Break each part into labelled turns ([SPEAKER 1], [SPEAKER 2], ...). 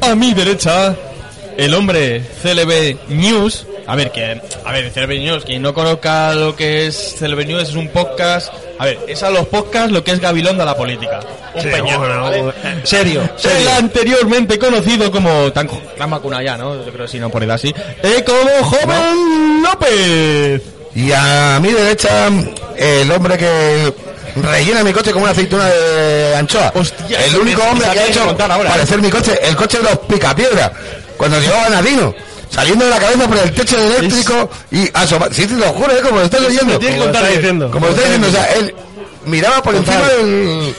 [SPEAKER 1] a mi derecha, el hombre CLB News. A ver, que, a ver, CLB News, quien no conozca lo que es CLB News, es un podcast. A ver, es a los podcasts lo que es Gabilón de la política. Un
[SPEAKER 2] Sí,
[SPEAKER 1] peñón,
[SPEAKER 2] bueno,
[SPEAKER 1] ¿vale?
[SPEAKER 2] en serio,
[SPEAKER 1] El
[SPEAKER 2] serio.
[SPEAKER 1] anteriormente conocido como tan, tan vacuna ya, ¿no? Yo creo que si no por el así. Eh, como Joven López.
[SPEAKER 2] Y a mi derecha, el hombre que rellena mi coche como una aceituna de anchoa.
[SPEAKER 1] Hostia,
[SPEAKER 2] el
[SPEAKER 1] eso
[SPEAKER 2] único
[SPEAKER 1] me-
[SPEAKER 2] hombre
[SPEAKER 1] me
[SPEAKER 2] que ¿eh? ha
[SPEAKER 1] acabas de
[SPEAKER 2] hecho
[SPEAKER 1] contar ahora,
[SPEAKER 2] parecer mi coche, el coche de los picapiedras, cuando llegó Ganadino. Saliendo de la cabeza por el techo eléctrico y asomar. Sí, te lo juro, ¿eh? como lo estás oyendo.
[SPEAKER 1] tiene que
[SPEAKER 2] Como lo
[SPEAKER 1] contar
[SPEAKER 2] estás
[SPEAKER 1] bien.
[SPEAKER 2] diciendo. Como lo estás diciendo, o sea, él miraba por encima del.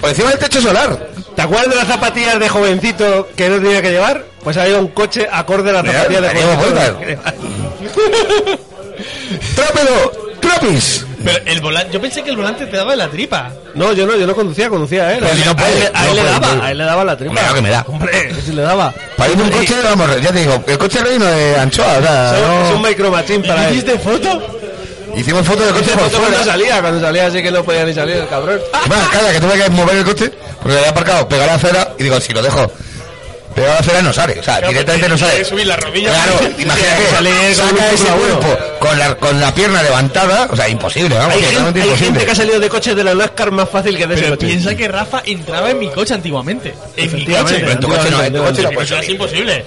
[SPEAKER 2] Por encima del techo solar.
[SPEAKER 3] ¿Te acuerdas de las zapatillas de jovencito que no tenía que llevar? Pues había un coche acorde a las
[SPEAKER 2] Real,
[SPEAKER 3] zapatillas de
[SPEAKER 2] daríamos
[SPEAKER 3] jovencito.
[SPEAKER 2] ¡Trápelo! ¡Tropis!
[SPEAKER 1] Pero el volante, yo pensé que el volante te daba en la tripa.
[SPEAKER 3] No, yo no, yo no conducía, conducía, ¿eh?
[SPEAKER 2] Pero si Pues no
[SPEAKER 3] a él,
[SPEAKER 2] puede,
[SPEAKER 3] le- a
[SPEAKER 2] no
[SPEAKER 3] él le
[SPEAKER 2] puede,
[SPEAKER 3] daba,
[SPEAKER 2] no.
[SPEAKER 3] a él le daba la tripa.
[SPEAKER 2] Hombre, claro que me da.
[SPEAKER 3] Hombre, si le daba.
[SPEAKER 2] Para ir un coche, vamos, ya te digo, el coche relleno de anchoa, o sea,
[SPEAKER 3] Es un-
[SPEAKER 2] no-
[SPEAKER 3] Es un micromachín para él.
[SPEAKER 1] ¿Hiciste foto?
[SPEAKER 2] Hicimos fotos del coche
[SPEAKER 3] Ese
[SPEAKER 2] por
[SPEAKER 3] foto cuando
[SPEAKER 2] fuera.
[SPEAKER 3] salía, cuando salía así que no podía ni salir el cabrón.
[SPEAKER 2] Bueno, calla, que tuve que mover el coche porque lo había aparcado, pegar la acera y digo, si lo dejo pegado a la acera no sale, o sea, directamente no
[SPEAKER 1] Tienes
[SPEAKER 2] sale.
[SPEAKER 1] que subir la rodilla.
[SPEAKER 2] Claro, imagínate,
[SPEAKER 3] salir con
[SPEAKER 2] saca
[SPEAKER 3] un
[SPEAKER 2] ese
[SPEAKER 3] culo.
[SPEAKER 2] cuerpo con la, con la pierna levantada, o sea, imposible, vamos,
[SPEAKER 3] Hay, gente,
[SPEAKER 2] totalmente
[SPEAKER 3] hay gente
[SPEAKER 2] imposible.
[SPEAKER 3] que ha salido de coche de la NASCAR más fácil que de ese
[SPEAKER 1] Pero
[SPEAKER 3] coche.
[SPEAKER 1] piensa que Rafa entraba en mi coche antiguamente. En mi
[SPEAKER 3] Efectivamente,
[SPEAKER 1] coche.
[SPEAKER 2] Pero en tu coche no, en tu coche no
[SPEAKER 1] Pero
[SPEAKER 2] puedes
[SPEAKER 1] eso es
[SPEAKER 2] salir.
[SPEAKER 1] imposible.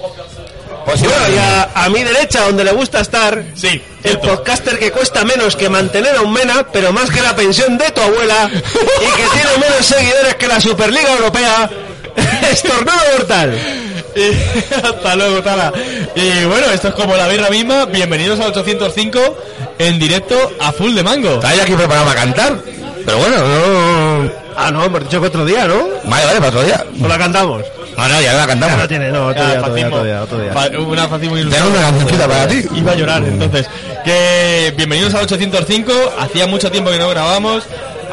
[SPEAKER 2] Pues sí,
[SPEAKER 3] Bueno,
[SPEAKER 2] bueno,
[SPEAKER 3] y
[SPEAKER 2] ya-
[SPEAKER 3] a, a mi derecha, donde le gusta estar,
[SPEAKER 1] Sí,
[SPEAKER 3] el
[SPEAKER 1] cierto.
[SPEAKER 3] podcaster que cuesta menos que mantener a un mena, pero más que la pensión de tu abuela, y que tiene menos seguidores que la Superliga Europea, Estornudo Mortal.
[SPEAKER 1] Y- Hasta luego, Tala. Y bueno, esto es como la birra misma. Bienvenidos al 805 en directo a full de mango.
[SPEAKER 2] ¿Estáis aquí preparados para cantar? Pero bueno, no...
[SPEAKER 3] Ah, no, hemos dicho que otro día, ¿no?
[SPEAKER 2] Vale, vale, para otro día.
[SPEAKER 3] ¿O la cantamos?
[SPEAKER 2] No, no, ya la
[SPEAKER 3] Ya no
[SPEAKER 2] cantamos.
[SPEAKER 3] tiene, no, otro
[SPEAKER 1] Ah,
[SPEAKER 3] día, otro día,
[SPEAKER 1] fascismo.
[SPEAKER 3] otro día, otro día.
[SPEAKER 1] Fa- Una fascismo
[SPEAKER 2] Tenemos
[SPEAKER 1] ilustrada.
[SPEAKER 2] una cancioncita para ti.
[SPEAKER 1] Iba a llorar, entonces. Que bienvenidos al 805. Hacía mucho tiempo que no grabamos.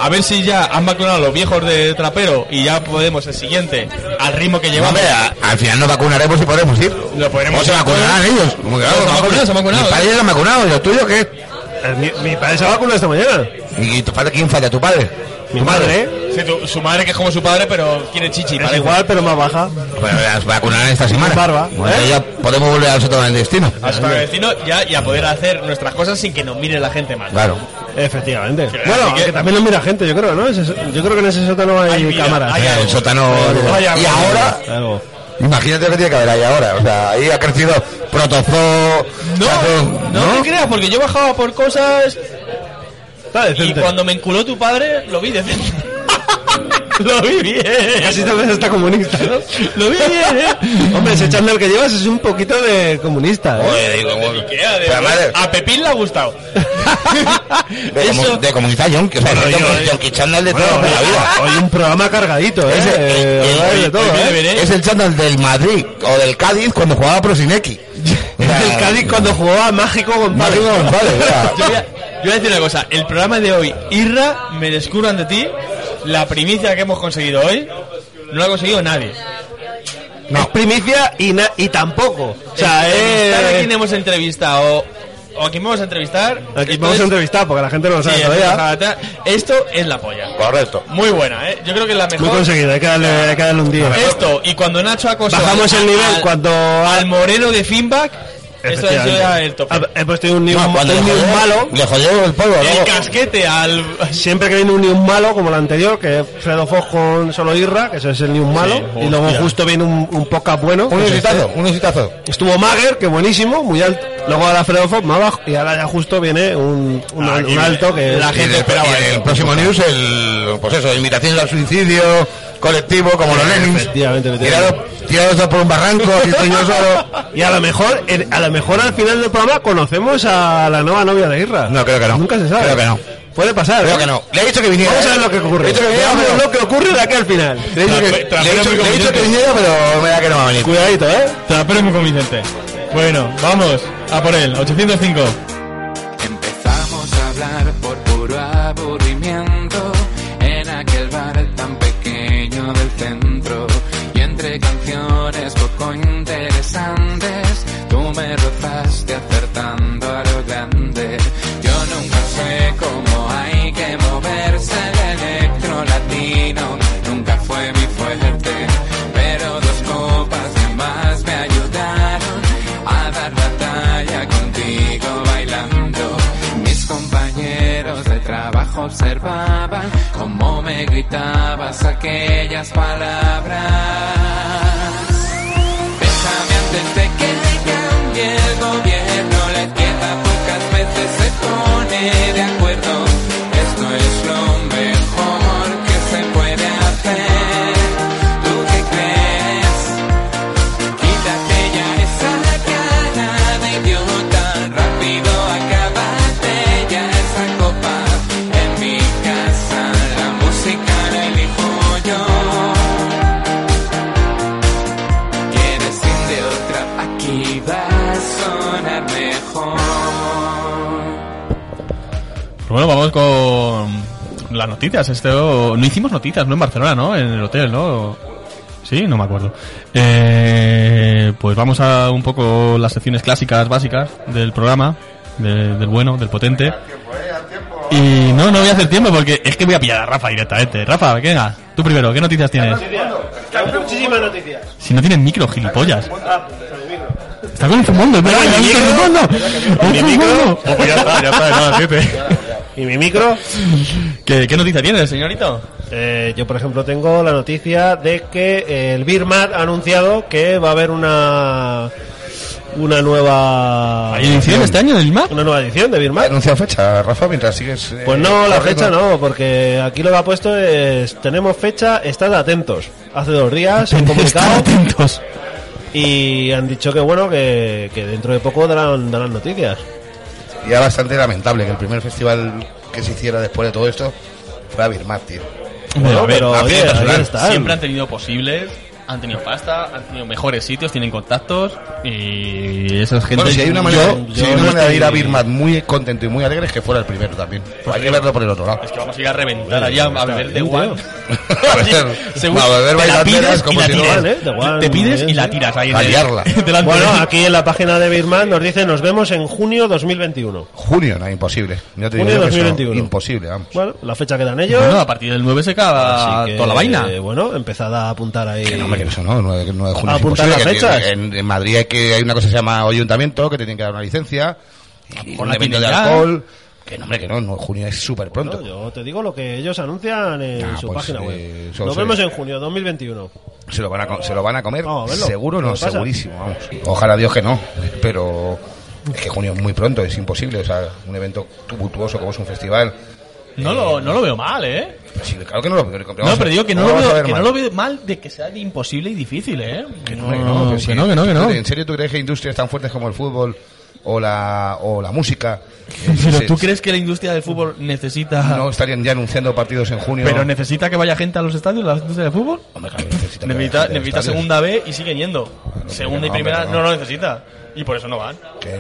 [SPEAKER 1] A ver si ya han vacunado a los viejos de trapero y ya podemos el siguiente al ritmo que llevamos.
[SPEAKER 2] Hombre, ah. a- al final nos vacunaremos y podremos ir.
[SPEAKER 1] Lo podremos
[SPEAKER 2] ¿O se
[SPEAKER 1] ir.
[SPEAKER 2] vacunarán ellos? Como que,
[SPEAKER 1] No, se han
[SPEAKER 2] vamos,
[SPEAKER 1] vacunado, se han vacunado.
[SPEAKER 2] Mis padres ya se han vacunado, ¿y los tuyos qué?
[SPEAKER 3] Eh, Mi, mi padre se ha vacunado esta mañana.
[SPEAKER 2] ¿Y tu padre quién falla? ¿Tu padre?
[SPEAKER 3] Mi
[SPEAKER 2] ¿Tu
[SPEAKER 3] madre, ¿eh?
[SPEAKER 1] Sí, tu- su madre que es como su padre, pero tiene chichi.
[SPEAKER 3] Es
[SPEAKER 1] parece.
[SPEAKER 3] igual, pero más baja.
[SPEAKER 2] Bueno, Pues, las vacunarán esta semana.
[SPEAKER 3] barba,
[SPEAKER 2] Bueno,
[SPEAKER 3] ¿eh?
[SPEAKER 2] ya podemos volver al sótano del destino.
[SPEAKER 1] Hasta que el vecino ya y a poder hacer nuestras cosas sin que nos mire la gente mal.
[SPEAKER 2] Claro.
[SPEAKER 3] Efectivamente.
[SPEAKER 1] Sí,
[SPEAKER 3] Bueno,
[SPEAKER 1] así que-
[SPEAKER 3] aunque también nos mira gente, yo creo, ¿no? Ese- yo creo que en ese sótano hay,
[SPEAKER 1] Hay vida,
[SPEAKER 3] cámaras.
[SPEAKER 1] hay
[SPEAKER 2] Eh,
[SPEAKER 1] algo.
[SPEAKER 2] el sótano.
[SPEAKER 1] Hay algo.
[SPEAKER 2] y ahora,
[SPEAKER 3] Algo.
[SPEAKER 2] imagínate lo que tiene que haber ahí ahora. O sea, ahí ha crecido protozoo. chato,
[SPEAKER 1] No, no, te creas, porque yo bajaba por cosas y
[SPEAKER 3] Está decente.
[SPEAKER 1] cuando me enculó tu padre, lo vi decente. lo vi bien.
[SPEAKER 3] Casi también está comunista, ¿no?
[SPEAKER 1] Lo vi bien, eh.
[SPEAKER 3] Hombre, ese chándal que llevas es un poquito de comunista, ¿eh?
[SPEAKER 2] Oye, digo, bueno,
[SPEAKER 1] ¿Qué? A, de-
[SPEAKER 2] pero madre,
[SPEAKER 1] a Pepín le ha gustado.
[SPEAKER 2] de, comu-
[SPEAKER 1] Eso,
[SPEAKER 2] de comunidad yonki, o sea,
[SPEAKER 3] Bueno,
[SPEAKER 2] de
[SPEAKER 3] yo- eh.
[SPEAKER 2] yonki- yonki chándal de toda
[SPEAKER 3] Bueno,
[SPEAKER 2] la vida.
[SPEAKER 3] hoy, hoy un programa cargadito, ¿eh?
[SPEAKER 2] Ese-
[SPEAKER 3] Eh,
[SPEAKER 2] el-
[SPEAKER 3] hay
[SPEAKER 2] el-
[SPEAKER 3] de todo,
[SPEAKER 1] el-
[SPEAKER 3] ¿eh?
[SPEAKER 1] el-
[SPEAKER 2] Es el chándal del Madrid o del Cádiz cuando jugaba Prosineki.
[SPEAKER 3] El Cádiz cuando jugaba Mágico González.
[SPEAKER 2] Mágico González, o sea.
[SPEAKER 1] yo, voy a, yo voy a decir una cosa. El programa de hoy, Irra, me descubran de ti. La primicia que hemos conseguido hoy no la ha conseguido nadie.
[SPEAKER 3] No. Es primicia y, na- y tampoco. O sea,
[SPEAKER 1] Entrevistar a
[SPEAKER 3] eh...
[SPEAKER 1] quién hemos entrevistado o a quién vamos a entrevistar.
[SPEAKER 3] Aquí
[SPEAKER 1] Esto
[SPEAKER 3] vamos a
[SPEAKER 1] es-
[SPEAKER 3] entrevistar porque la gente no lo sabe
[SPEAKER 1] Sí,
[SPEAKER 3] todavía.
[SPEAKER 1] entrevistar. Esto es la polla.
[SPEAKER 2] Correcto.
[SPEAKER 1] Muy buena, ¿eh? Yo creo que es la
[SPEAKER 3] Muy
[SPEAKER 1] mejor.
[SPEAKER 3] conseguido, hay que darle, hay que darle un día.
[SPEAKER 1] Esto, y cuando Nacho acosó
[SPEAKER 3] Bajamos el nivel cuando...
[SPEAKER 1] al moreno de Finback, esto es ya el top.
[SPEAKER 3] Ah, He puesto un ni
[SPEAKER 2] No,
[SPEAKER 3] un,
[SPEAKER 2] cuando
[SPEAKER 3] un
[SPEAKER 2] le
[SPEAKER 3] ni un
[SPEAKER 2] jodió-
[SPEAKER 3] malo.
[SPEAKER 2] Le jodió el polvo.
[SPEAKER 1] El
[SPEAKER 2] luego-
[SPEAKER 1] casquete al...
[SPEAKER 3] Siempre que viene un News malo, como el anterior, que es Fredo Fox con solo Irra, que ese es el News malo, y luego
[SPEAKER 1] hostia.
[SPEAKER 3] justo viene un, un podcast bueno.
[SPEAKER 2] Un
[SPEAKER 3] que es
[SPEAKER 2] exitazo, un exitazo.
[SPEAKER 3] este. Estuvo Mager, que buenísimo, muy alto. Luego ahora Fredo Fox más bajo, y ahora ya justo viene un, un,
[SPEAKER 1] Ah,
[SPEAKER 3] un
[SPEAKER 1] aquí
[SPEAKER 3] alto que
[SPEAKER 1] la
[SPEAKER 3] es-
[SPEAKER 1] gente
[SPEAKER 2] Y en el-
[SPEAKER 1] esperaba
[SPEAKER 2] y en el
[SPEAKER 1] eso.
[SPEAKER 2] próximo news, el, pues eso, invitaciones al suicidio colectivo, como los Lenins.
[SPEAKER 3] Efectivamente, efectivamente.
[SPEAKER 2] Tirado, tirados por un barranco, aquí estoy yo solo.
[SPEAKER 3] Y a lo mejor, en- a lo mejor al final del programa conocemos a la nueva novia de Irra.
[SPEAKER 2] No, creo que no.
[SPEAKER 3] Nunca se sabe.
[SPEAKER 2] Creo que no.
[SPEAKER 3] Puede pasar.
[SPEAKER 2] Creo
[SPEAKER 3] ¿eh?
[SPEAKER 2] que no. Le he dicho que viniera.
[SPEAKER 3] Vamos a
[SPEAKER 2] ¿eh?
[SPEAKER 3] ver lo que
[SPEAKER 2] Le
[SPEAKER 3] ocurre.
[SPEAKER 2] he dicho que viniera,
[SPEAKER 3] Veamos
[SPEAKER 2] pero-
[SPEAKER 3] lo que ocurre de aquí al final.
[SPEAKER 2] le he dicho que-
[SPEAKER 1] Trape-
[SPEAKER 2] le he dicho-
[SPEAKER 1] trapero
[SPEAKER 2] le he dicho que
[SPEAKER 1] muy
[SPEAKER 2] viniera, pero me da que no va a venir.
[SPEAKER 3] Cuidadito, ¿eh?
[SPEAKER 1] Trapero muy convincente. Bueno, vamos, a por él, 805.
[SPEAKER 4] Empezamos a hablar por puro aburrimiento en aquel bar tan pequeño del centro. Y entre canciones poco interesantes, tú me rozaste acertando a lo grande. Yo nunca sé cómo hay que moverse el electro latino, nunca fue mi fuerte. Pero dos copas de observaban cómo me gritabas aquellas palabras. Bésame antes de que cambie el gobierno. La izquierda pocas veces se pone de acuerdo. Esto es lo mejor que se puede hacer. ¿Tú qué crees? Quítate ya esa cara de idiota. Rápido acábate ya esa copa. En mi casa la música la elijo yo. Quieres sin de otra, aquí va a sonar mejor.
[SPEAKER 1] Pues Bueno, vamos con las noticias. Esto no hicimos noticias, ¿no? En Barcelona, ¿no? En el hotel, ¿no? Sí, no me acuerdo. Eh, pues vamos a un poco las secciones clásicas básicas del programa, de- del bueno, del potente. Y no, no voy a hacer tiempo porque es que voy a pillar a Rafa directamente. Rafa, venga, tú primero, ¿qué noticias tienes?
[SPEAKER 3] Hay muchísimas noticias.
[SPEAKER 1] Si no tienes micro, gilipollas. Está con el fondo, es verdad,
[SPEAKER 3] ¿Mi
[SPEAKER 1] está con el
[SPEAKER 3] micro?
[SPEAKER 1] fondo.
[SPEAKER 3] ¿Mi
[SPEAKER 1] ¡El
[SPEAKER 3] micro?
[SPEAKER 1] fondo! Oh, pues ya está, ya está, ya está, siete.
[SPEAKER 3] ¿Y mi micro?
[SPEAKER 1] ¿Qué, ¿Qué noticia tienes, señorito?
[SPEAKER 3] Eh, yo, por ejemplo, tengo la noticia de que el Birmat ha anunciado que va a haber una una nueva
[SPEAKER 1] ¿Hay edición este año del IMAP?
[SPEAKER 3] una nueva edición de Birmat.
[SPEAKER 2] Anuncia fecha, Rafa, mientras sigues. eh,
[SPEAKER 3] Pues no, la
[SPEAKER 2] corriendo.
[SPEAKER 3] fecha no, porque aquí lo que ha puesto es tenemos fecha, estad atentos. Hace dos días un
[SPEAKER 1] Estad
[SPEAKER 3] comunicado
[SPEAKER 1] atentos.
[SPEAKER 3] y han dicho que bueno que, que dentro de poco darán, darán noticias.
[SPEAKER 2] Y era bastante lamentable que el primer festival que se hiciera después de todo esto fuera Birmat, tío.
[SPEAKER 3] Bueno,
[SPEAKER 1] a ver,
[SPEAKER 3] pero
[SPEAKER 2] a
[SPEAKER 3] oye,
[SPEAKER 2] fin de personal,
[SPEAKER 3] ahí están.
[SPEAKER 1] Siempre han tenido posibles, han tenido pasta, han tenido mejores sitios, tienen contactos y esas gente.
[SPEAKER 2] Bueno, si hay una manera,
[SPEAKER 1] Yo-
[SPEAKER 2] si
[SPEAKER 1] yo
[SPEAKER 2] hay una
[SPEAKER 1] no
[SPEAKER 2] manera de ir a
[SPEAKER 1] estoy-
[SPEAKER 2] Birmat muy contento y muy alegre es que fuera el primero también. hay que verlo por el otro lado.
[SPEAKER 1] Es que vamos a ir a reventar allá a beber de
[SPEAKER 3] tío.
[SPEAKER 1] guan.
[SPEAKER 2] A beber- a beber
[SPEAKER 1] te la
[SPEAKER 2] bailanderas
[SPEAKER 1] pides y
[SPEAKER 2] como
[SPEAKER 1] la
[SPEAKER 2] si no-
[SPEAKER 1] tiras. ¿eh?
[SPEAKER 3] Vale, de guan,
[SPEAKER 1] te pides y
[SPEAKER 3] bien,
[SPEAKER 1] la
[SPEAKER 3] sí.
[SPEAKER 1] tiras ahí. en
[SPEAKER 2] A
[SPEAKER 1] el-
[SPEAKER 2] liarla.
[SPEAKER 1] delante
[SPEAKER 3] Bueno,
[SPEAKER 1] de-
[SPEAKER 3] aquí en la página de Birmat nos dice nos vemos en junio 2021.
[SPEAKER 2] Junio, no, imposible. Ya te digo
[SPEAKER 3] Junio
[SPEAKER 2] yo que eso,
[SPEAKER 3] 2021.
[SPEAKER 2] imposible, vamos.
[SPEAKER 3] Bueno, la fecha que dan ellos.
[SPEAKER 1] Bueno, a partir del 9 se acaba
[SPEAKER 2] Ah,
[SPEAKER 3] Así que,
[SPEAKER 1] toda la vaina.
[SPEAKER 3] eh, bueno, empezad a apuntar ahí.
[SPEAKER 2] Que no, hombre, que eso no, el 9 de junio
[SPEAKER 3] ¿A
[SPEAKER 2] es
[SPEAKER 3] apuntar
[SPEAKER 2] imposible,
[SPEAKER 3] las
[SPEAKER 2] que tiene-
[SPEAKER 3] fechas?
[SPEAKER 2] En, en Madrid hay, que, hay una cosa que se llama ayuntamiento, que te tienen que dar una licencia, y
[SPEAKER 1] mejor
[SPEAKER 2] un
[SPEAKER 1] la
[SPEAKER 2] evento de
[SPEAKER 1] tienen ya.
[SPEAKER 2] alcohol. Que no, hombre, que no, no, junio es súper pronto.
[SPEAKER 3] No, yo te digo lo que ellos anuncian en
[SPEAKER 2] Ah,
[SPEAKER 3] su
[SPEAKER 2] pues,
[SPEAKER 3] página web.
[SPEAKER 2] eh, eso
[SPEAKER 3] Nos
[SPEAKER 2] sí.
[SPEAKER 3] vemos en junio 2021.
[SPEAKER 2] Se lo van a, co- se lo van a comer,
[SPEAKER 3] Vamos a verlo.
[SPEAKER 2] seguro
[SPEAKER 3] ¿Qué
[SPEAKER 2] no,
[SPEAKER 3] le pasa?
[SPEAKER 2] segurísimo, vamos. Ojalá Dios que no, pero es que junio es muy pronto, es imposible, o sea, un evento tumultuoso como es un festival.
[SPEAKER 1] No lo, no lo veo mal, ¿eh?
[SPEAKER 2] Pues sí, claro que no lo veo. que
[SPEAKER 1] No,
[SPEAKER 2] vamos a-
[SPEAKER 1] pero digo que no,
[SPEAKER 2] ¿cómo
[SPEAKER 1] lo
[SPEAKER 2] vas a
[SPEAKER 1] veo,
[SPEAKER 2] ver
[SPEAKER 1] que no
[SPEAKER 2] mal?
[SPEAKER 1] lo veo mal de que sea de imposible y difícil, ¿eh?
[SPEAKER 2] Que no, que no, que sí.
[SPEAKER 1] que no, que no, que no.
[SPEAKER 2] ¿En serio tú crees que industrias tan fuertes como el fútbol o la, o la música eh,
[SPEAKER 1] Pero
[SPEAKER 2] se-
[SPEAKER 1] tú crees que la industria del fútbol necesita.
[SPEAKER 2] no estarían ya anunciando partidos en junio?
[SPEAKER 1] Pero necesita que vaya gente a los estadios, la industria del fútbol.
[SPEAKER 2] Hombre, claro, necesita,
[SPEAKER 1] Necesita,
[SPEAKER 2] que-
[SPEAKER 1] necesita
[SPEAKER 2] estadios.
[SPEAKER 1] segunda B y siguen yendo. segunda y
[SPEAKER 2] no,
[SPEAKER 1] primera
[SPEAKER 2] hombre,
[SPEAKER 1] no.
[SPEAKER 2] no.
[SPEAKER 1] lo necesita. Y por eso no van.
[SPEAKER 2] Que